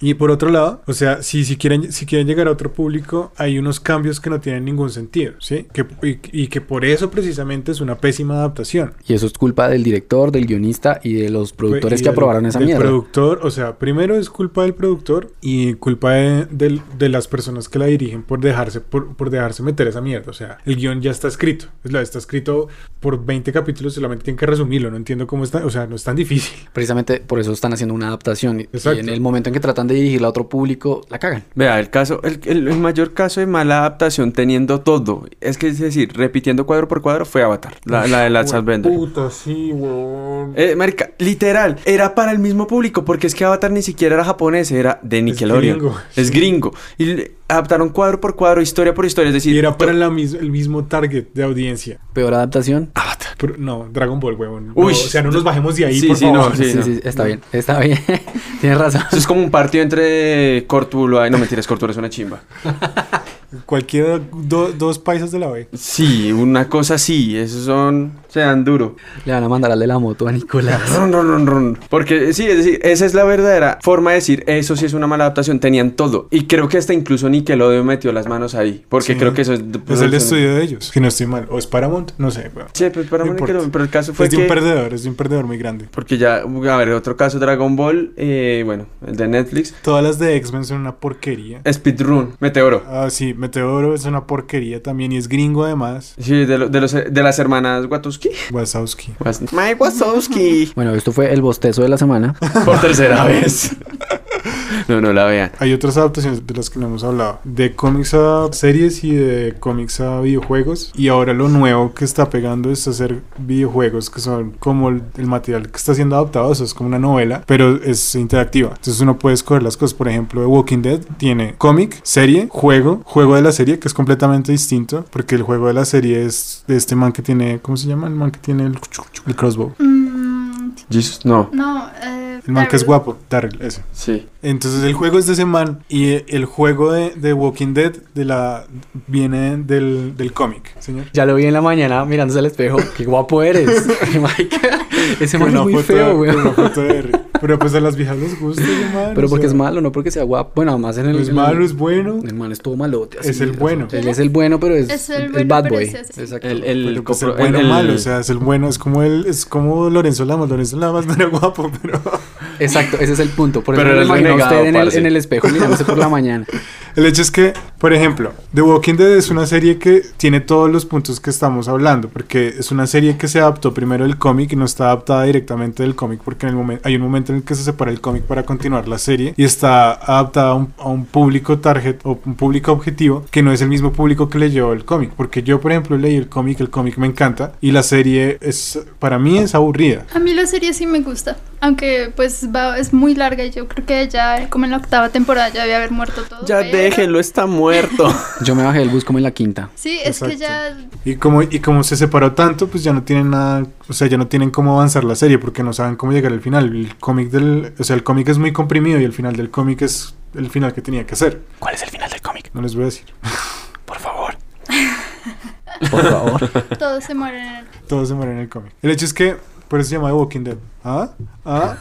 S2: y por otro lado, o sea, si, si, quieren, si quieren llegar a otro público, hay unos cambios que no tienen ningún sentido, ¿sí? Que, y, y que por eso precisamente es una pésima adaptación.
S5: Y eso es culpa del director, del guionista y de los productores
S2: Y
S5: que
S2: del-
S5: aprobaron esa
S2: del
S5: mierda.
S2: productor, o sea, primero es culpa del productor y culpa de, del- de las personas que la dirigen por dejarse, por, por dejarse meter esa mierda. O sea, el guión ya está escrito. Es la- Está escrito por 20 capítulos, solamente tienen que resumirlo. No entiendo cómo está. O sea, no es tan difícil.
S5: Precisamente por eso están haciendo una adaptación. Y- Y
S2: Exacto.
S5: en el momento en que tratan de dirigirla a otro público, la cagan.
S3: Vea, el caso, el, el- el mayor caso de mala adaptación teniendo todo, es que es decir, repitiendo cuadro por cuadro, fue Avatar, la, la de Last Airbender.
S2: Puta, sí, weón.
S3: Eh, marica, literal, era para el mismo público, porque es que Avatar ni siquiera era japonés, era de Nickelodeon. Es
S2: gringo.
S3: gringo. Y le- adaptaron cuadro por cuadro, historia por historia, es decir,
S2: Y era para la mis- el mismo target de audiencia.
S5: Peor adaptación.
S3: Ah,
S2: Pero no, Dragon Ball, weón. No,
S3: Uy.
S2: o sea, no nos bajemos de ahí,
S3: Sí,
S2: por
S3: sí,
S2: favor.
S3: no, sí.
S5: sí, sí, está bien, está bien. [laughs] Tienes razón.
S3: eso es como un partido entre Cortulo, ay, no mentiras, Cortulo es una chimba.
S2: Cualquiera, do- dos paisas de la B.
S3: Sí, una cosa así, esos son, se dan duro.
S5: Le van a mandar al de la moto a Nicolás.
S3: Run, run, run, run. Porque sí, es decir, esa es la verdadera forma de decir, eso sí es una mala adaptación, tenían todo. Y creo que hasta incluso Nickelodeon metió las manos ahí, porque
S2: Sí.
S3: creo que eso es...
S2: Es el estudio de ellos, si no estoy mal. O es Paramount, no sé. weón.
S3: Sí, pues para
S2: No importa.
S3: Nickelodeon, pero el caso fue
S2: es de
S3: que...
S2: un perdedor, es de un perdedor muy grande.
S3: Porque ya, a ver, otro caso, Dragon Ball, eh, bueno, el de Netflix,
S2: Todas las de X-Men son una porquería.
S3: Eh. Speedrun, Meteoro.
S2: Ah, sí, Meteoro es una porquería también y es gringo además.
S3: Sí, de, lo- de los, de las hermanas Watuski.
S2: Wazowski.
S3: My Wazowski.
S5: Bueno, esto fue el bostezo de la semana.
S3: [laughs] Por tercera vez. No, no la vean.
S2: Hay otras adaptaciones de las que no hemos hablado. De cómics a series y de cómics a videojuegos. Y ahora lo nuevo que está pegando es hacer videojuegos que son como el, el material que está siendo adaptado. Eso es como una novela, pero es interactiva. Entonces uno puede escoger las cosas. Por ejemplo, The Walking Dead tiene cómic, serie, juego, juego de la serie, que es completamente distinto. Porque el juego de la serie es de este man que tiene, ¿cómo se llama? El man que tiene el, el crossbow.
S6: Mm,
S3: Jesus, no.
S6: no, eh,
S2: El man que es
S6: Daryl.
S2: guapo, Daryl, ese.
S3: Sí.
S2: Entonces el juego es de ese man y eh, el juego de, de Walking Dead de la viene del, del cómic, señor.
S5: Ya lo vi en la mañana mirándose al espejo. Qué
S2: [laughs]
S5: guapo eres. Marica, Ese man es muy feo,
S2: de,
S5: güey.
S2: con una foto de Rick. Pero pues a las viejas les gusta ese man.
S5: Pero
S2: o
S5: porque
S2: sea,
S5: es malo, no porque sea guapo. Bueno, además en el.
S2: no es
S5: en el-
S2: malo, es bueno.
S5: El man es todo malote.
S2: Es el
S5: o sea,
S2: bueno.
S5: Él es el bueno, pero es,
S6: Es el
S5: el,
S6: bueno,
S5: bad
S6: pero
S5: boy.
S6: es así.
S5: Exacto.
S3: El, el,
S2: Pero, pues, el
S3: compro-
S2: bueno
S3: el-
S2: malo, o sea, es el bueno, es como el, es como Lorenzo Lamas, Lorenzo Lamas no era guapo, pero
S5: Exacto, ese es el punto.
S2: [laughs]
S5: Por eso
S3: Pero
S5: me
S3: eres
S5: lo imagino a
S3: renegado,
S5: usted en el,
S3: parce.
S5: en el espejo mirándose por la mañana.
S2: El hecho es que, por ejemplo, The Walking Dead es una serie que tiene todos los puntos que estamos hablando, porque es una serie que se adaptó primero del cómic y no está adaptada directamente del cómic, porque en el momen- hay un momento en el que se separa el cómic para continuar la serie y está adaptada a un, a un público target o un público objetivo que no es el mismo público que leyó el cómic, porque yo, por ejemplo, leí el cómic, el cómic me encanta y la serie es, para mí es aburrida.
S6: A mí la serie sí me gusta, aunque pues va, es muy larga y yo creo que ya como en la octava temporada ya debe haber muerto todo.
S3: Ya
S6: pero-
S3: déjenlo, está muerto.
S5: Yo me bajé del bus como en la quinta.
S6: Sí, es que ya
S2: Y como, y como se separó tanto, pues ya no tienen nada, o sea, ya no tienen cómo avanzar la serie porque no saben cómo llegar al final. El cómic del, o sea, el cómic es muy comprimido y el final del cómic es el final que tenía que ser.
S5: ¿Cuál es el final del cómic?
S2: No les voy a decir.
S5: Por [laughs] favor. Por favor.
S6: todos se mueren.
S2: Todos se mueren en el cómic. El hecho es que por eso se llama The Walking Dead. ¿Ah? ¿Ah?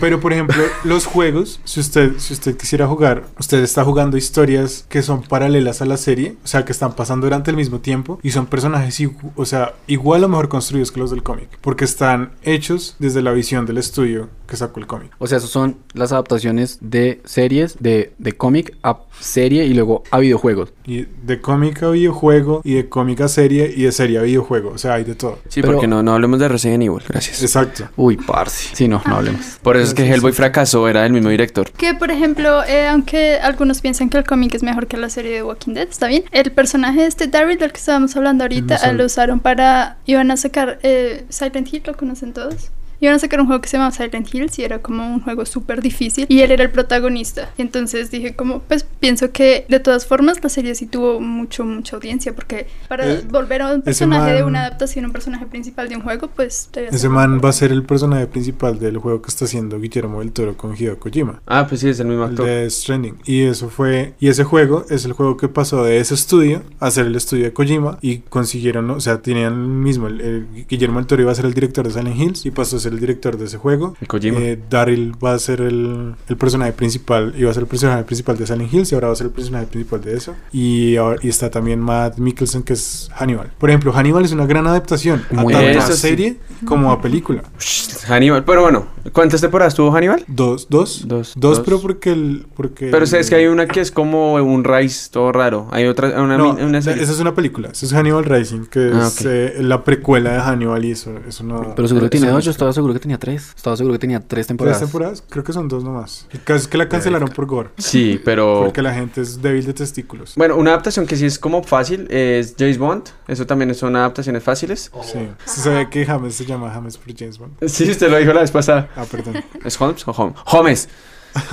S2: Pero por ejemplo, los juegos, si usted, si usted quisiera jugar, usted está jugando historias que son paralelas a la serie, o sea, que están pasando durante el mismo tiempo y son personajes, igu- o sea, igual o mejor construidos que los del cómic, porque están hechos desde la visión del estudio que sacó el cómic.
S5: O sea, esos son las adaptaciones de series, de, de cómic a serie y luego a videojuegos.
S2: Y de cómic a videojuego, y de cómic a serie, y de serie a videojuego, o sea, hay de todo.
S3: [laughs] Sí,
S5: Pero-
S3: porque no, no hablemos de Resident Evil, gracias.
S2: Exacto.
S5: Uy, parce. Sí, no, no hablemos.
S3: Por eso es que Hellboy fracasó, era el mismo director.
S6: Que por ejemplo, eh, aunque algunos piensan que el cómic es mejor que la serie de Walking Dead, está bien. El personaje de este Daryl del que estábamos hablando ahorita
S2: Inusual.
S6: eh, lo usaron para. Iban a sacar eh, Silent Hill, lo conocen todos. Iban a sacar un juego que se llamaba Silent Hills y era como un juego súper difícil y él era el protagonista. Y entonces dije como, pues pienso que de todas formas la serie sí tuvo mucho, mucha audiencia porque para
S2: Eh,
S6: volver a un
S2: ese
S6: personaje de
S2: man-
S6: una adaptación a un personaje principal de un juego, pues... debe
S2: Ese
S6: ser-
S2: man va a ser el personaje principal del juego que está haciendo Guillermo del Toro con Hideo Kojima.
S3: Ah, pues sí, es el mismo
S2: El
S3: actor.
S2: de Stranding. Y eso fue. Y ese juego es el juego que pasó de ese estudio a ser el estudio de Kojima. Y consiguieron, o sea, tenían el mismo. el- el Guillermo del Toro iba a ser el director de Silent Hills y pasó a ser el director de ese juego.
S3: El Kojima.
S2: Eh, Daryl va a ser el, el personaje principal. Iba a ser el personaje principal de Silent Hills y ahora va a ser el personaje principal de eso. Y, ahora, y está también Matt Mikkelsen, que es Hannibal. Por ejemplo, Hannibal es una gran adaptación.
S5: Muy
S2: tanto
S3: bien.
S2: a
S3: Eso sí.
S2: serie como a película.
S3: Shh, Hannibal, pero bueno, ¿cuántas temporadas tuvo Hannibal?
S2: Dos, dos.
S3: Dos,
S2: Dos,
S3: dos.
S2: pero porque el. Porque
S3: Pero es
S2: el-
S3: que hay una que es como un Rice todo raro. Hay otra, una,
S2: No,
S3: una
S2: esa
S3: serie.
S2: es una película. Esa es Hannibal Rising, que
S3: Ah,
S2: es
S3: ok.
S2: eh, la precuela de Hannibal y eso, eso
S6: Ah.
S2: no.
S5: Pero seguro que tiene
S2: eso no
S5: dos, yo
S2: es-
S5: estaba seguro que tenía tres. Estaba seguro que tenía tres
S2: ¿Tres
S5: temporadas.
S2: temporadas? Creo que son dos nomás. El caso es que la cancelaron por gore.
S3: Sí, pero...
S2: Porque la gente es débil de testículos.
S3: Bueno, una adaptación que sí es como fácil es James Bond. Eso también son adaptaciones fáciles. [laughs]
S2: Sí. Se sabe que James se llama James por James Bond.
S3: Sí, usted lo dijo la vez pasada.
S2: Ah, perdón. [laughs]
S3: ¿Es Holmes o Holmes? Holmes.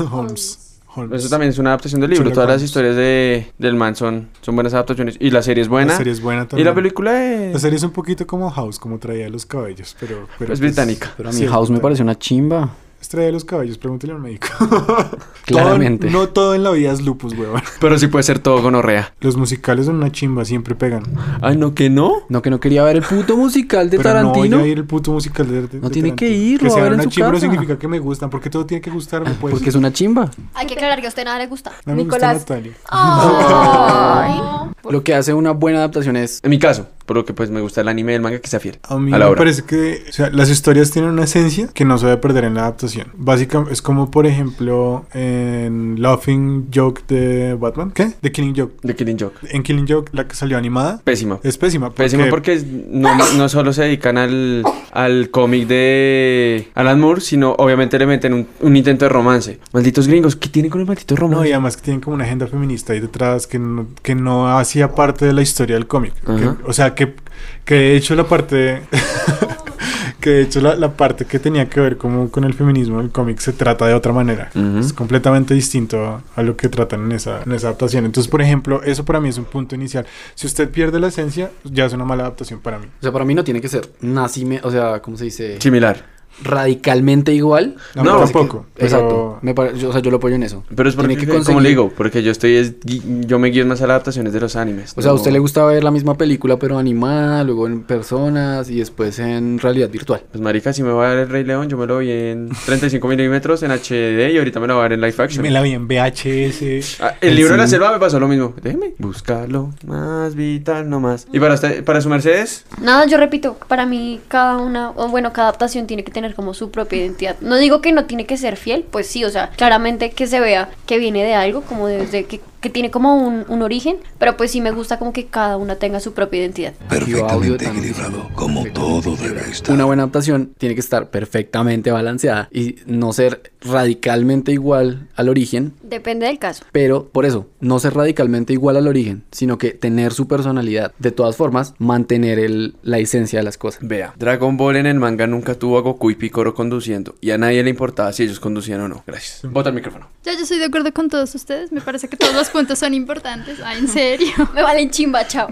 S2: Holmes. Holmes.
S3: Eso también es una adaptación del libro.
S2: Sherlock
S3: Todas las
S2: Holmes.
S3: historias de, del man son, son buenas adaptaciones. Y la serie es buena.
S2: La serie es buena
S3: y
S2: también.
S3: la película es...
S2: La serie es un poquito como House, como traía los cabellos, pero... pero
S3: Es británica.
S5: Pero a mí
S2: Sí, es
S5: House me
S2: británica.
S5: pareció una chimba.
S2: Es traía los cabellos, pregúntele al
S5: [laughs]
S2: médico.
S5: Claramente.
S2: Todo- no todo en la vida es lupus, huevón.
S3: Pero sí puede ser todo gonorrea.
S2: Los musicales son una chimba, siempre pegan.
S3: Ay, no, que no.
S5: No, que no quería ver el puto musical de
S2: pero no
S5: Tarantino.
S2: voy a ir el puto musical de, de- de
S5: No tiene
S2: Tarantino.
S5: que ir,
S2: Que
S5: lo va a
S2: sea
S5: ver en
S2: una
S5: su
S2: chimba no
S5: casa.
S2: significa que me gustan, porque todo tiene que gustarme, pues.
S5: Porque es una chimba.
S1: Hay que aclarar que a usted nada le gusta.
S2: no me
S7: Nicolás.
S2: gusta Natalia.
S5: Lo que hace una buena adaptación es.
S3: En mi caso, por lo que pues me gusta el anime del manga que se afiere.
S2: A mí
S3: a la
S2: me
S3: hora.
S2: parece que o sea, las historias tienen una esencia que no se debe perder en la adaptación. Básicamente es como, por ejemplo, en Laughing Joke de Batman. ¿Qué? De Killing Joke.
S3: The Killing Joke.
S2: En Killing Joke, la que salió animada,
S3: Pésima.
S2: es pésima. porque-
S3: Pésima porque no, no solo se dedican al, al cómic de Alan Moore, sino obviamente le meten un, un intento de romance. Malditos gringos, ¿qué tienen con el maldito
S2: No,
S3: romance?
S2: y además que tienen como una agenda feminista ahí detrás que no, que no hacía parte de la historia del cómic. Que-
S3: Ajá.
S2: O sea, que, que de hecho la parte... [laughs] que de hecho la, la parte que tenía que ver como con el feminismo del cómic se trata de otra manera.
S3: Ujú.
S2: Es completamente distinto a, a lo que tratan en esa, en esa adaptación. Entonces, por ejemplo, eso para mí es un punto inicial. Si usted pierde la esencia, ya es una mala adaptación para mí.
S5: O sea, para mí no tiene que ser nazi, me- o sea, ¿cómo se dice?
S3: Similar.
S5: Radicalmente igual.
S2: No,
S3: No,
S2: tampoco. pero-
S5: Exacto. Me pare- yo- o sea, yo lo apoyo en eso.
S3: Pero es porque,
S5: Tiene que
S3: como
S5: conseguir-
S3: le digo, porque yo estoy, es gui- yo me guío más a las adaptaciones de los animes.
S5: O sea, a
S3: no-
S5: usted le gusta ver la misma película, pero animada, luego en personas y después en realidad virtual.
S3: Pues marica, si me va a ver el Rey León, yo me lo vi en 35 milímetros, en HD, y ahorita me lo va a ver en live action.
S2: Me la vi en VHS.
S3: Ah, el libro de la selva me pasó lo mismo. Déjeme buscarlo más vital, no más. ¿Y para, usted, para su Mercedes?
S1: Nada, yo repito, para mí cada una, o bueno, cada adaptación tiene que tener como su propia identidad. No digo que no tiene que ser fiel, pues sí, o sea, claramente que se vea que viene de algo, como desde que, que tiene como un, un origen, pero pues sí me gusta como que cada una tenga su propia identidad.
S5: audio
S8: Perfectamente
S5: tan-
S8: equilibrado, como todo debe estar.
S5: Una buena adaptación tiene que estar perfectamente balanceada y no ser radicalmente igual al origen,
S1: Depende del caso.
S5: Pero por eso, no ser radicalmente igual al origen, sino que tener su personalidad. De todas formas, mantener el- la esencia de las cosas.
S3: Vea, Dragon Ball en el manga nunca tuvo a Goku y Picoro conduciendo, y a nadie le importaba si ellos conducían o no. Gracias. Bota el micrófono.
S6: Ya, yo soy de acuerdo con todos ustedes. Me parece que todos los puntos son importantes. Ay, en serio. [laughs]
S1: Me valen chimba, chao.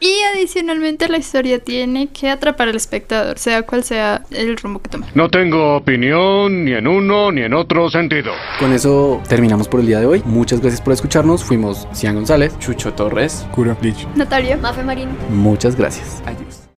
S6: Y adicionalmente la historia tiene que atrapar al espectador, sea cual sea el rumbo que tome.
S9: No tengo opinión ni en uno ni en otro sentido.
S5: Con eso terminamos por el día de hoy. Muchas gracias por escucharnos. Fuimos Cian González.
S3: Chucho Torres.
S2: Cura, Bleach.
S6: Natalia.
S1: Mafe Marín.
S5: Muchas gracias.
S3: Adiós.